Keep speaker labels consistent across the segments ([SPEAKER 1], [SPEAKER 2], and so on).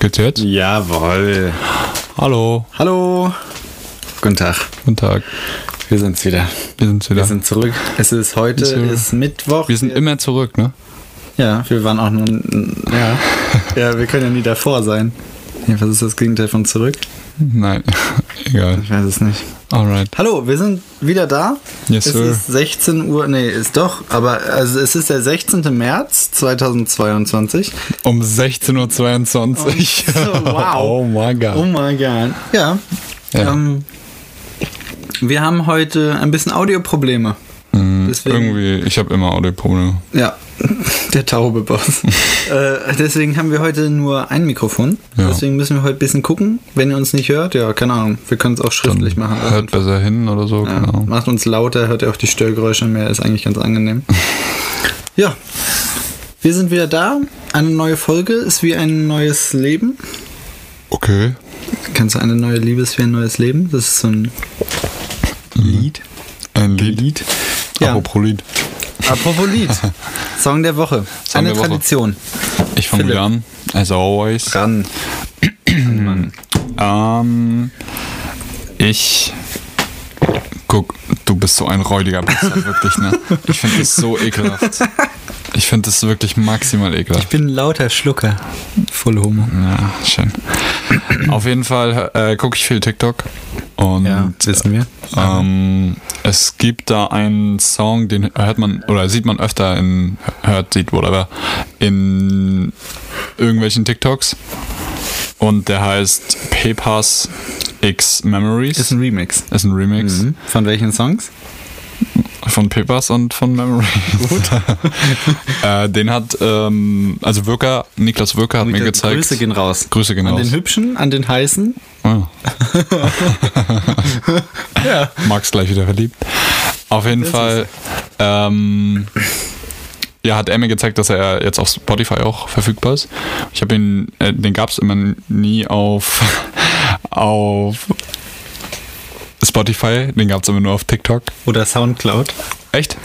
[SPEAKER 1] Geht's jetzt?
[SPEAKER 2] Jawohl.
[SPEAKER 1] Hallo,
[SPEAKER 2] Hallo. Guten Tag.
[SPEAKER 1] guten Tag.
[SPEAKER 2] Wir sind's wieder.
[SPEAKER 1] Wir sind wieder.
[SPEAKER 2] Wir sind zurück. Es ist heute,
[SPEAKER 1] Wir sind-
[SPEAKER 2] ist Mittwoch.
[SPEAKER 1] wir sind immer zurück, ne?
[SPEAKER 2] Ja, wir waren auch nun. Ja. ja, wir können ja nie davor sein. Ja, was ist das Gegenteil von zurück?
[SPEAKER 1] Nein, egal.
[SPEAKER 2] Ich weiß es nicht.
[SPEAKER 1] Alright.
[SPEAKER 2] Hallo, wir sind wieder da.
[SPEAKER 1] Yes,
[SPEAKER 2] es
[SPEAKER 1] sir.
[SPEAKER 2] ist 16 Uhr. Nee, ist doch. Aber also es ist der 16. März 2022.
[SPEAKER 1] Um 16.22
[SPEAKER 2] Oh,
[SPEAKER 1] Uhr.
[SPEAKER 2] wow.
[SPEAKER 1] Oh mein
[SPEAKER 2] Oh
[SPEAKER 1] Gott.
[SPEAKER 2] mein Gott. Ja.
[SPEAKER 1] Ja.
[SPEAKER 2] Ähm, wir haben heute ein bisschen Audioprobleme. ähm, deswegen-
[SPEAKER 1] Mhm. Irgendwie, ich habe immer Audioprobleme.
[SPEAKER 2] Ja, der taube Boss. äh, deswegen haben wir heute nur ein Mikrofon.
[SPEAKER 1] Ja.
[SPEAKER 2] Deswegen müssen wir heute ein bisschen gucken. Wenn ihr uns nicht hört, ja, keine Ahnung. Wir können es auch schriftlich machen.
[SPEAKER 1] Hört genau. besser hin oder so,
[SPEAKER 2] ja,
[SPEAKER 1] keine Ahnung.
[SPEAKER 2] Macht uns lauter, hört ihr auch die Störgeräusche mehr. Ist eigentlich ganz angenehm. ja, wir sind wieder da. Eine neue Folge ist wie ein neues Leben.
[SPEAKER 1] Okay.
[SPEAKER 2] Kennst du eine neue Liebe ist wie ein neues Leben? Das ist so ein Lied.
[SPEAKER 1] Ein Lied.
[SPEAKER 2] Ja.
[SPEAKER 1] Apropos Lied.
[SPEAKER 2] Apropos Lied. Song der Woche.
[SPEAKER 1] Song
[SPEAKER 2] eine
[SPEAKER 1] der Woche.
[SPEAKER 2] Tradition.
[SPEAKER 1] Ich fange
[SPEAKER 2] Philipp.
[SPEAKER 1] wieder an. As always.
[SPEAKER 2] Ran.
[SPEAKER 1] Ähm, ich. Guck, du bist so ein räudiger Bastard, wirklich, ne? Ich finde das so ekelhaft. Ich finde das wirklich maximal ekelhaft.
[SPEAKER 2] bin lauter Schlucker. Voll Homo.
[SPEAKER 1] Ja, schön. Auf jeden Fall äh, gucke ich viel TikTok. Und
[SPEAKER 2] Ja, wissen wir.
[SPEAKER 1] ähm, es gibt da einen Song, den hört man oder sieht man öfter in, hört, sieht, whatever, in irgendwelchen TikToks. Und der heißt Pepas X Memories.
[SPEAKER 2] Ist ein Remix.
[SPEAKER 1] Ist ein Remix
[SPEAKER 2] Von welchen Songs?
[SPEAKER 1] von Pepas und von Memories. äh, den hat, ähm, also Wirker, Niklas Wirker hat mir gezeigt.
[SPEAKER 2] Grüße gehen raus.
[SPEAKER 1] Grüße gehen
[SPEAKER 2] An
[SPEAKER 1] raus.
[SPEAKER 2] den hübschen, an den heißen.
[SPEAKER 1] Ah.
[SPEAKER 2] Ja.
[SPEAKER 1] Max gleich wieder verliebt. Auf jeden Fall, ähm, ja, hat er mir gezeigt, dass er jetzt auf Spotify auch verfügbar ist. Ich habe ihn, äh, den gab es immer nie auf, auf Spotify, den gab es immer nur auf TikTok.
[SPEAKER 2] Oder Soundcloud.
[SPEAKER 1] Echt?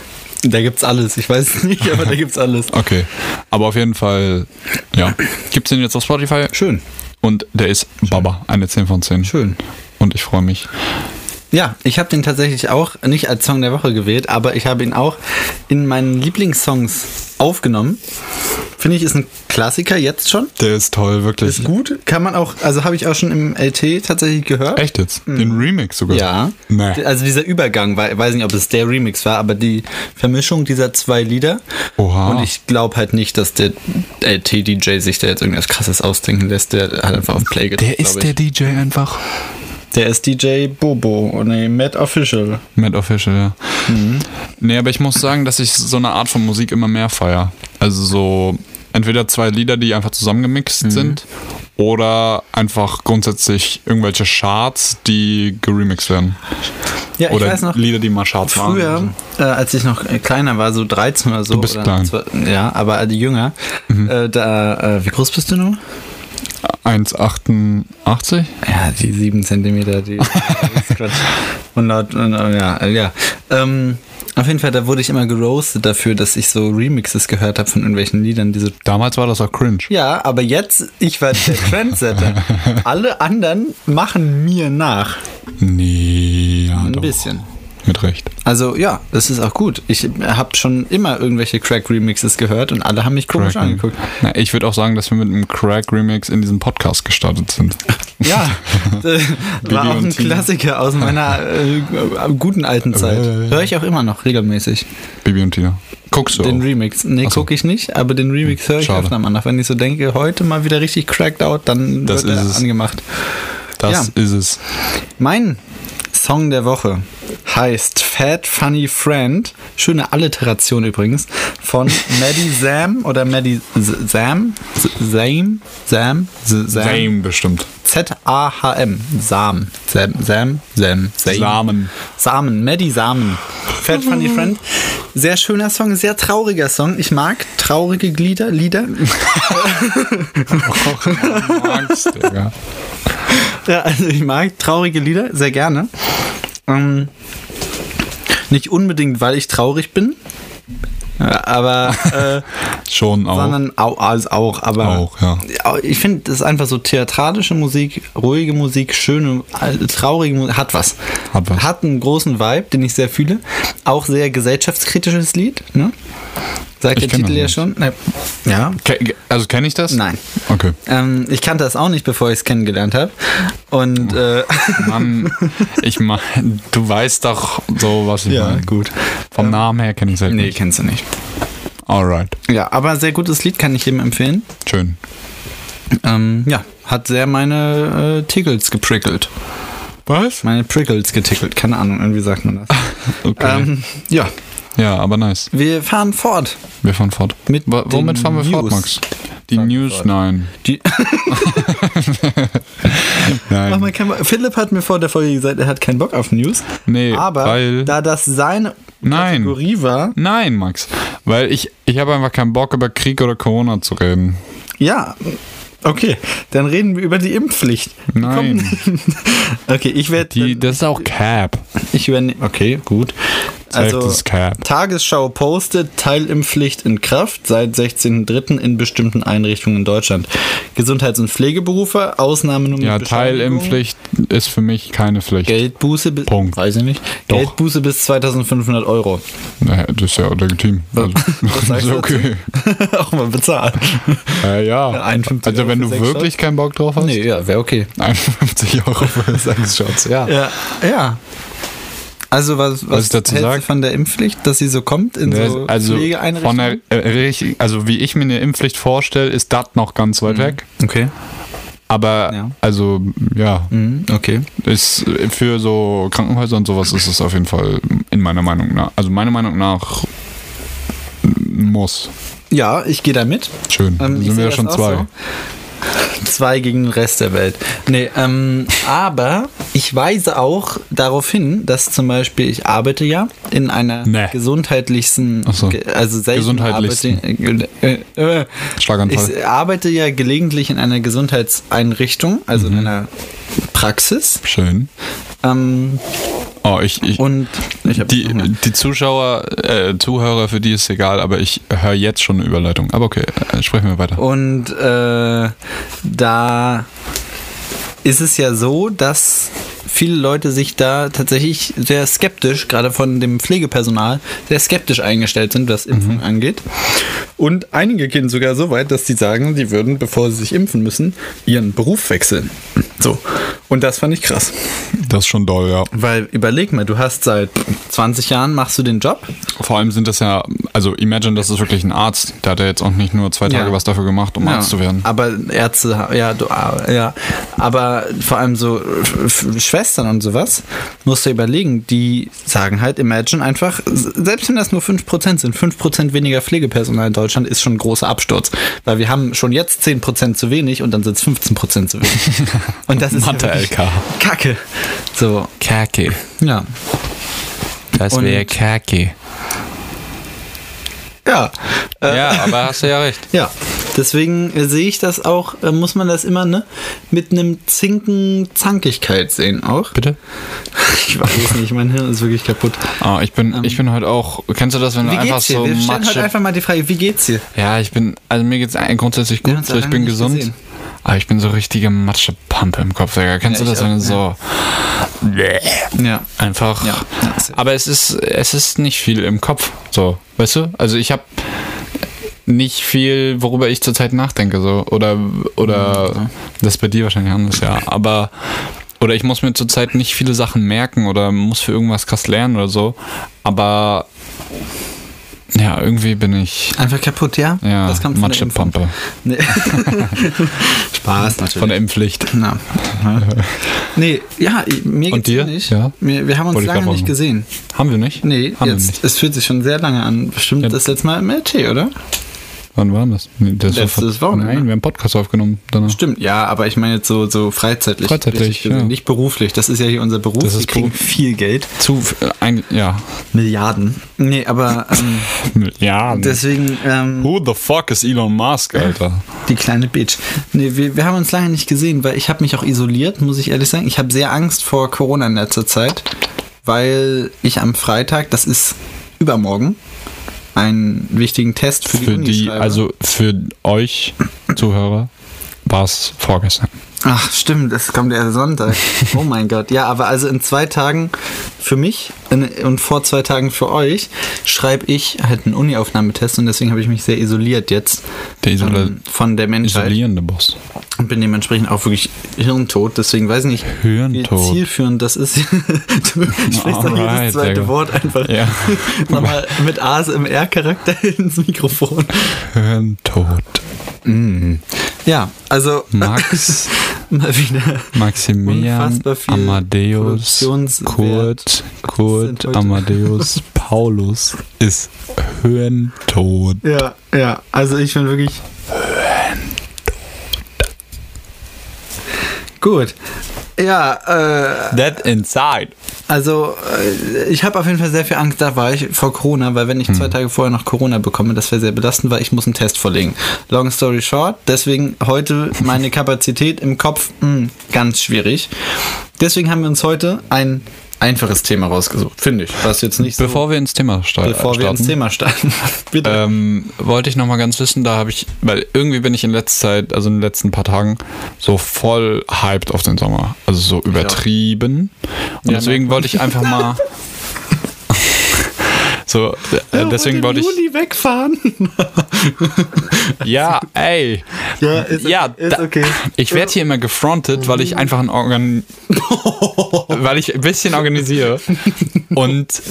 [SPEAKER 2] Da gibt's alles. Ich weiß es nicht, aber da gibt's alles.
[SPEAKER 1] Okay. Aber auf jeden Fall, ja, gibt's den jetzt auf Spotify
[SPEAKER 2] Schön,
[SPEAKER 1] und der ist Baba, eine 10 von 10.
[SPEAKER 2] schön.
[SPEAKER 1] Und ich freue mich.
[SPEAKER 2] Ja, ich habe den tatsächlich auch nicht als Song der Woche gewählt, aber ich habe ihn auch in meinen Lieblingssongs aufgenommen. Finde ich, ist ein Klassiker jetzt schon.
[SPEAKER 1] Der ist toll, wirklich.
[SPEAKER 2] Ist gut. Kann man auch, also habe ich auch schon im LT tatsächlich gehört.
[SPEAKER 1] Echt jetzt? Den Remix sogar?
[SPEAKER 2] Mhm. Ja.
[SPEAKER 1] Nee.
[SPEAKER 2] Also dieser Übergang, war, ich weiß nicht, ob es der Remix war, aber die Vermischung dieser zwei Lieder.
[SPEAKER 1] Oha.
[SPEAKER 2] Und ich glaube halt nicht, dass der äh, LT-DJ sich da jetzt irgendwas krasses ausdenken lässt. Der hat einfach auf Play gedrückt.
[SPEAKER 1] Der ist
[SPEAKER 2] glaub
[SPEAKER 1] der
[SPEAKER 2] ich.
[SPEAKER 1] DJ einfach.
[SPEAKER 2] Der ist DJ Bobo. Oh, nee, Matt Official.
[SPEAKER 1] Matt Official, ja.
[SPEAKER 2] Mhm.
[SPEAKER 1] Nee, aber ich muss sagen, dass ich so eine Art von Musik immer mehr feier. Also so entweder zwei Lieder, die einfach zusammengemixt
[SPEAKER 2] Mhm.
[SPEAKER 1] sind oder einfach grundsätzlich irgendwelche Charts, die geremixed werden.
[SPEAKER 2] Ja,
[SPEAKER 1] oder
[SPEAKER 2] ich weiß noch.
[SPEAKER 1] Lieder, die mal Charts
[SPEAKER 2] Früher,
[SPEAKER 1] waren.
[SPEAKER 2] äh, als ich noch äh, kleiner war, so 13 oder so.
[SPEAKER 1] Du bist
[SPEAKER 2] oder
[SPEAKER 1] klein. Mhm.
[SPEAKER 2] zwar- ja, aber äh, jünger. Äh, da, äh, wie groß bist du nun?
[SPEAKER 1] 1,88?
[SPEAKER 2] Ja, die 7 cm, die das ist Quatsch. 100, und, äh, ja, äh, ja. Ähm, auf jeden Fall, da wurde ich immer gerostet dafür, dass ich so Remixes gehört habe von irgendwelchen Liedern, die so.
[SPEAKER 1] Damals war das auch cringe.
[SPEAKER 2] Ja, aber jetzt, ich war der Trendsetter. Alle anderen machen mir nach.
[SPEAKER 1] Nee, ja,
[SPEAKER 2] Ein
[SPEAKER 1] doch.
[SPEAKER 2] bisschen.
[SPEAKER 1] Mit Recht.
[SPEAKER 2] Also ja, das ist auch gut. Ich habe schon immer irgendwelche Crack-Remixes gehört und alle haben mich komisch
[SPEAKER 1] Crack, ne?
[SPEAKER 2] angeguckt.
[SPEAKER 1] Na, ich würde auch sagen, dass wir mit einem Crack-Remix in diesen Podcast gestartet sind.
[SPEAKER 2] Ja, äh, war
[SPEAKER 1] Bibi
[SPEAKER 2] auch
[SPEAKER 1] und Äh.
[SPEAKER 2] ein
[SPEAKER 1] Tina.
[SPEAKER 2] Klassiker aus meiner äh, guten alten Zeit. Höre ich auch immer noch regelmäßig.
[SPEAKER 1] Bibi und Tina. Guckst du
[SPEAKER 2] Den
[SPEAKER 1] auch?
[SPEAKER 2] Remix. Nee,
[SPEAKER 1] Ach so.
[SPEAKER 2] gucke ich nicht, aber den Remix höre ich
[SPEAKER 1] Schade.
[SPEAKER 2] öfter mal nach. Wenn ich so denke, heute mal wieder richtig cracked out, dann
[SPEAKER 1] Das
[SPEAKER 2] wird er
[SPEAKER 1] ist es.
[SPEAKER 2] angemacht.
[SPEAKER 1] Das
[SPEAKER 2] Ja.
[SPEAKER 1] ist es.
[SPEAKER 2] Mein Song der Woche heißt Fat Funny Friend. Schöne Alliteration übrigens. Von Maddie Sam oder Maddie S- Sam? S- Sam? Sam? S- Sam?
[SPEAKER 1] Same bestimmt.
[SPEAKER 2] Z-A-H-M. Sam. Sam. Sam. Sam. Sam.
[SPEAKER 1] Samen.
[SPEAKER 2] Samen, Maddie Samen. Fat Funny Friend. Sehr schöner Song, sehr trauriger Song. Ich mag traurige Glieder, Lieder.
[SPEAKER 1] Angst, Digga.
[SPEAKER 2] Ja, also ich mag traurige Lieder sehr gerne. Ähm, nicht unbedingt, weil ich traurig bin. Aber
[SPEAKER 1] Schon
[SPEAKER 2] äh,
[SPEAKER 1] auch.
[SPEAKER 2] sondern auch, also auch, aber
[SPEAKER 1] Auch, ja.
[SPEAKER 2] ich finde, das ist einfach so theatralische Musik, ruhige Musik, schöne, äh, traurige Musik, hat was.
[SPEAKER 1] Hat was.
[SPEAKER 2] Hat einen großen Vibe, den ich sehr fühle. Auch sehr gesellschaftskritisches Lied, ne? Sagt
[SPEAKER 1] Ich
[SPEAKER 2] der
[SPEAKER 1] kenn
[SPEAKER 2] Titel
[SPEAKER 1] das
[SPEAKER 2] ja
[SPEAKER 1] nicht.
[SPEAKER 2] schon. Ne, Ja.
[SPEAKER 1] Ke- ke- Also kenne ich das?
[SPEAKER 2] Nein.
[SPEAKER 1] Okay.
[SPEAKER 2] Ähm, ich kannte das auch nicht, bevor ich es kennengelernt habe. Und
[SPEAKER 1] Oh.
[SPEAKER 2] äh,
[SPEAKER 1] Mann, ich mein, du weißt doch so, was ich
[SPEAKER 2] Ja,
[SPEAKER 1] meine.
[SPEAKER 2] gut.
[SPEAKER 1] Vom Namen her kenne ich es halt
[SPEAKER 2] nee,
[SPEAKER 1] nicht.
[SPEAKER 2] kennst du nicht.
[SPEAKER 1] Alright.
[SPEAKER 2] Ja, aber sehr gutes Lied kann ich jedem empfehlen.
[SPEAKER 1] Schön.
[SPEAKER 2] Ähm, ja, hat sehr meine äh, Tickles geprickelt.
[SPEAKER 1] Was? Ah,
[SPEAKER 2] Meine Prickles getickelt, keine Ahnung, irgendwie sagt man das.
[SPEAKER 1] Okay.
[SPEAKER 2] ähm, ja,
[SPEAKER 1] ja, aber nice.
[SPEAKER 2] wir fahren fort.
[SPEAKER 1] Wir fahren fort.
[SPEAKER 2] Mit
[SPEAKER 1] Wa-
[SPEAKER 2] den
[SPEAKER 1] womit fahren wir fort,
[SPEAKER 2] News.
[SPEAKER 1] Max? Die News?
[SPEAKER 2] fort.
[SPEAKER 1] Nein.
[SPEAKER 2] Die Mach
[SPEAKER 1] Nein.
[SPEAKER 2] mal keinen Bock. Philipp hat mir vor der Folge gesagt, er hat keinen Bock auf News.
[SPEAKER 1] Nee,
[SPEAKER 2] aber
[SPEAKER 1] weil-
[SPEAKER 2] da das seine
[SPEAKER 1] Nein.
[SPEAKER 2] Kategorie war,
[SPEAKER 1] Nein, Max. Weil ich, ich habe einfach keinen Bock, über Krieg oder Corona zu reden.
[SPEAKER 2] ja, okay, dann reden wir über die Impfpflicht.
[SPEAKER 1] Nein.
[SPEAKER 2] Okay, ich
[SPEAKER 1] Die,
[SPEAKER 2] werde,
[SPEAKER 1] das ist auch Cap.
[SPEAKER 2] ich übernehme. Okay, gut.
[SPEAKER 1] Selbst
[SPEAKER 2] Also
[SPEAKER 1] ist Cap.
[SPEAKER 2] Tagesschau postet Teilimpfpflicht in Kraft seit 16.03. in bestimmten Einrichtungen in Deutschland. Gesundheits- und Pflegeberufe, Ausnahme nur mit
[SPEAKER 1] Ja,
[SPEAKER 2] Bescheinigung.
[SPEAKER 1] Teilimpflicht ist für mich keine Pflicht.
[SPEAKER 2] Geldbuße bis.
[SPEAKER 1] Punkt.
[SPEAKER 2] Weiß ich nicht.
[SPEAKER 1] Doch.
[SPEAKER 2] Geldbuße bis 2500 Euro.
[SPEAKER 1] Naja, das ist ja legitim. Also,
[SPEAKER 2] was sagst
[SPEAKER 1] ist
[SPEAKER 2] du
[SPEAKER 1] okay.
[SPEAKER 2] Auch mal bezahlt.
[SPEAKER 1] Ja, ja.
[SPEAKER 2] 51
[SPEAKER 1] Also, wenn
[SPEAKER 2] Euro
[SPEAKER 1] du
[SPEAKER 2] für sechs
[SPEAKER 1] wirklich keinen Bock drauf hast,
[SPEAKER 2] Nee, ja, wäre okay.
[SPEAKER 1] 51 Euro für 6 Shots, ja.
[SPEAKER 2] Ja. ja. Also, was, was
[SPEAKER 1] Ah. ich dazu
[SPEAKER 2] hältst
[SPEAKER 1] sagen?
[SPEAKER 2] du von der Impfpflicht, dass sie so kommt in
[SPEAKER 1] Der-
[SPEAKER 2] so
[SPEAKER 1] also, von der,
[SPEAKER 2] Pflegeeinrichtungen?
[SPEAKER 1] äh, richtig- also, wie ich mir eine Impfpflicht vorstelle, ist das noch ganz
[SPEAKER 2] Mhm.
[SPEAKER 1] weit weg.
[SPEAKER 2] Okay.
[SPEAKER 1] Aber,
[SPEAKER 2] Ja.
[SPEAKER 1] also, ja,
[SPEAKER 2] Mhm, okay.
[SPEAKER 1] ist äh, für so Krankenhäuser und sowas ist es auf jeden Fall in meiner Meinung nach, also meiner Meinung nach m- muss.
[SPEAKER 2] Ja, ich gehe da mit.
[SPEAKER 1] Schön.
[SPEAKER 2] Ähm,
[SPEAKER 1] Dann sind
[SPEAKER 2] ich
[SPEAKER 1] wir
[SPEAKER 2] sehe
[SPEAKER 1] ja
[SPEAKER 2] das
[SPEAKER 1] schon
[SPEAKER 2] auch
[SPEAKER 1] zwei.
[SPEAKER 2] so. Zwei gegen den Rest der Welt. Nee, ähm, aber ich weise auch darauf hin, dass zum Beispiel ich arbeite ja in einer
[SPEAKER 1] Nee.
[SPEAKER 2] gesundheitlichsten,
[SPEAKER 1] Ach so.
[SPEAKER 2] ge- also selten
[SPEAKER 1] Gesundheitlichsten.
[SPEAKER 2] Arbeite, äh, äh, äh,
[SPEAKER 1] Schlaganfall.
[SPEAKER 2] ich arbeite ja gelegentlich in einer Gesundheitseinrichtung, also
[SPEAKER 1] Mhm.
[SPEAKER 2] in einer Praxis.
[SPEAKER 1] Schön.
[SPEAKER 2] Ähm,
[SPEAKER 1] Oh, ich, ich,
[SPEAKER 2] und ich hab-
[SPEAKER 1] die, die Zuschauer, äh, Zuhörer, für die ist egal, aber ich höre jetzt schon eine Überleitung. Aber okay, äh, sprechen wir weiter.
[SPEAKER 2] Und äh, da ist es ja so, dass viele Leute sich da tatsächlich sehr skeptisch, gerade von dem Pflegepersonal, sehr skeptisch eingestellt sind, was Impfung angeht. Und einige gehen sogar so weit, dass sie sagen, die würden, bevor sie sich impfen müssen, ihren Beruf wechseln. So. Und das fand ich krass.
[SPEAKER 1] Das ist schon doll, ja.
[SPEAKER 2] Weil überleg mal, du hast seit 20 Jahren, machst du den Job.
[SPEAKER 1] Vor allem sind das ja, also imagine, das ist wirklich ein Arzt. Der hat ja jetzt auch nicht nur zwei
[SPEAKER 2] Ja.
[SPEAKER 1] Tage was dafür gemacht, um Arzt zu werden.
[SPEAKER 2] Aber Ärzte, ha- ja, du, ah, ja. Aber vor allem so F- F- Schwestern und sowas, musst du überlegen, die sagen halt, imagine einfach, s- selbst wenn das nur 5% sind, 5% weniger Pflegepersonal in Deutschland ist schon ein großer Absturz. Weil wir haben schon jetzt 10% zu wenig und dann sind es 15% zu wenig. Und das ist
[SPEAKER 1] Mathe
[SPEAKER 2] wirklich
[SPEAKER 1] LK.
[SPEAKER 2] Kacke. So,
[SPEAKER 1] Kacke.
[SPEAKER 2] ja.
[SPEAKER 1] Das
[SPEAKER 2] wär
[SPEAKER 1] Kacke.
[SPEAKER 2] Ja. Äh,
[SPEAKER 1] Ja, aber hast du ja recht.
[SPEAKER 2] Ja, deswegen äh, sehe ich das auch, äh, muss man das immer ne, mit einem Zinken Zankigkeit sehen auch.
[SPEAKER 1] Bitte?
[SPEAKER 2] Ich weiß nicht, mein Hirn ist wirklich kaputt.
[SPEAKER 1] Ah, ich bin, ich bin heute auch. Kennst du das, wenn
[SPEAKER 2] Ähm. Wie
[SPEAKER 1] du einfach
[SPEAKER 2] geht's dir?
[SPEAKER 1] so
[SPEAKER 2] Wir stellen
[SPEAKER 1] Matsche.
[SPEAKER 2] heute einfach mal die Frage, wie geht's dir?
[SPEAKER 1] ja, ich bin. Also mir geht's eigentlich grundsätzlich
[SPEAKER 2] Wir
[SPEAKER 1] gut,
[SPEAKER 2] haben uns
[SPEAKER 1] so ich
[SPEAKER 2] lange
[SPEAKER 1] bin
[SPEAKER 2] nicht
[SPEAKER 1] gesund.
[SPEAKER 2] gesehen.
[SPEAKER 1] Aber ich bin so richtige Matschepampe im Kopf, Digga. Kennst
[SPEAKER 2] Ja,
[SPEAKER 1] du
[SPEAKER 2] ich
[SPEAKER 1] das, wenn du so. Bläh.
[SPEAKER 2] Ja.
[SPEAKER 1] Einfach.
[SPEAKER 2] Ja. Ja, ist ja-
[SPEAKER 1] Aber es ist, es ist nicht viel im Kopf. So, weißt du? Also ich habe nicht viel, worüber ich zurzeit nachdenke, so. Oder, oder
[SPEAKER 2] Mhm,
[SPEAKER 1] das ist bei dir wahrscheinlich anders, ja. Aber. Oder ich muss mir zurzeit nicht viele Sachen merken oder muss für irgendwas krass lernen oder so. Aber ja, irgendwie bin ich.
[SPEAKER 2] Einfach kaputt, ja?
[SPEAKER 1] Ja,
[SPEAKER 2] das kommt von der Impfung.
[SPEAKER 1] Matschepampe.
[SPEAKER 2] Nee. Spaß natürlich.
[SPEAKER 1] Von der Impfpflicht.
[SPEAKER 2] Na. Nee, ja, ich- mir
[SPEAKER 1] Und dir?
[SPEAKER 2] geht's nicht.
[SPEAKER 1] Ja?
[SPEAKER 2] Wir, wir haben uns
[SPEAKER 1] Wollte ich
[SPEAKER 2] lange
[SPEAKER 1] grad
[SPEAKER 2] nicht
[SPEAKER 1] machen.
[SPEAKER 2] gesehen.
[SPEAKER 1] Haben wir nicht?
[SPEAKER 2] Nee,
[SPEAKER 1] Haben wir
[SPEAKER 2] jetzt,
[SPEAKER 1] nicht.
[SPEAKER 2] es fühlt sich schon sehr lange an. Bestimmt
[SPEAKER 1] Ja.
[SPEAKER 2] das letzte Mal im LT, oder?
[SPEAKER 1] Wann war das? Nee, das war vor-
[SPEAKER 2] Letztes Wochenende.
[SPEAKER 1] Nein, wir haben einen Podcast aufgenommen danach.
[SPEAKER 2] Stimmt, ja, aber ich meine jetzt so, so freizeitlich.
[SPEAKER 1] Freizeitlich,
[SPEAKER 2] richtig gesehen,
[SPEAKER 1] ja.
[SPEAKER 2] Nicht beruflich. Das ist ja hier unser Beruf.
[SPEAKER 1] Das ist
[SPEAKER 2] Wir kriegen
[SPEAKER 1] Beruf.
[SPEAKER 2] viel Geld.
[SPEAKER 1] Zu, äh, ein, ja.
[SPEAKER 2] Milliarden. Nee, aber ähm,
[SPEAKER 1] Milliarden.
[SPEAKER 2] deswegen ähm,
[SPEAKER 1] Who the fuck is Elon Musk, Alter?
[SPEAKER 2] die kleine Bitch. Nee, wir, wir haben uns lange nicht gesehen, weil ich habe mich auch isoliert, muss ich ehrlich sagen. Ich habe sehr Angst vor Corona in letzter Zeit, weil ich am Freitag, das ist übermorgen, einen wichtigen Test für, die
[SPEAKER 1] Für
[SPEAKER 2] Uni
[SPEAKER 1] die,
[SPEAKER 2] schreibe.
[SPEAKER 1] also für euch Zuhörer war es vorgestern.
[SPEAKER 2] Ach, stimmt, es kommt ja Sonntag. Oh mein Gott. Ja, aber also in zwei Tagen für mich in, und vor zwei Tagen für euch schreibe ich halt einen Uni-Aufnahmetest und deswegen habe ich mich sehr isoliert jetzt
[SPEAKER 1] Der isola
[SPEAKER 2] ähm, von der Menschheit
[SPEAKER 1] isolierende Boss.
[SPEAKER 2] und bin dementsprechend auch wirklich hirntot. Deswegen weiß ich nicht, wie
[SPEAKER 1] Hirntot.
[SPEAKER 2] zielführend das ist. du sprichst doch jedes
[SPEAKER 1] Alright,
[SPEAKER 2] zweite
[SPEAKER 1] Digga.
[SPEAKER 2] Wort einfach
[SPEAKER 1] Ja.
[SPEAKER 2] nochmal mit ASMR-Charakter ins Mikrofon.
[SPEAKER 1] Hirntot.
[SPEAKER 2] Ja, also
[SPEAKER 1] Max,
[SPEAKER 2] mal wieder
[SPEAKER 1] Maximilian,
[SPEAKER 2] Unfassbar viel
[SPEAKER 1] Amadeus,
[SPEAKER 2] Produktionswert.
[SPEAKER 1] Kurt, Kurt,
[SPEAKER 2] heute-
[SPEAKER 1] Amadeus, Paulus ist Hirntot.
[SPEAKER 2] Ja, ja, also ich bin wirklich. Gut. Ja, äh,
[SPEAKER 1] That inside.
[SPEAKER 2] also äh, ich habe auf jeden Fall sehr viel Angst, da war ich vor Corona, weil wenn ich
[SPEAKER 1] Hm.
[SPEAKER 2] zwei Tage vorher noch Corona bekomme, das wäre sehr belastend, weil ich muss einen Test vorlegen. Long story short, deswegen heute meine Kapazität im Kopf mh, ganz schwierig. Deswegen haben wir uns heute ein einfaches Thema rausgesucht, finde ich, was jetzt nicht so,
[SPEAKER 1] Bevor wir ins Thema starten.
[SPEAKER 2] bevor wir ins Thema starten. Bitte.
[SPEAKER 1] Ähm, wollte ich nochmal ganz wissen, da habe ich, weil irgendwie bin ich in letzter Zeit, also in den letzten paar Tagen, so voll hyped auf den Sommer. Also so übertrieben. Und
[SPEAKER 2] Ja,
[SPEAKER 1] deswegen
[SPEAKER 2] merkt
[SPEAKER 1] wollte ich einfach mal. so, äh, deswegen wollte ich.
[SPEAKER 2] Juli wegfahren.
[SPEAKER 1] Ja, ey.
[SPEAKER 2] Ja, ist,
[SPEAKER 1] Ja,
[SPEAKER 2] ist
[SPEAKER 1] da-
[SPEAKER 2] okay. Mhm.
[SPEAKER 1] Ich werde hier immer gefrontet, weil ich einfach ein Organ. weil ich ein bisschen organisiere. Und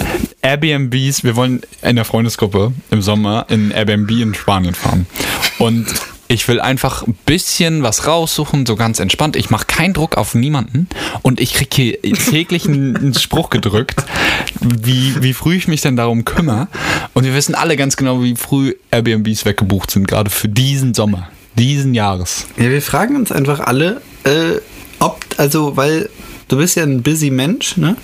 [SPEAKER 1] Airbnbs, wir wollen in der Freundesgruppe im Sommer in Airbnb in Spanien fahren. Und ich will einfach ein bisschen was raussuchen, so ganz entspannt. Ich mache keinen Druck auf niemanden und ich kriege hier täglich einen einen Spruch gedrückt, wie, wie früh ich mich denn darum kümmere. Und wir wissen alle ganz genau, wie früh Airbnbs weggebucht sind, gerade für diesen Sommer, diesen Jahres.
[SPEAKER 2] Ja, wir fragen uns einfach alle, äh, ob, also, weil du bist ja ein busy Mensch, ne?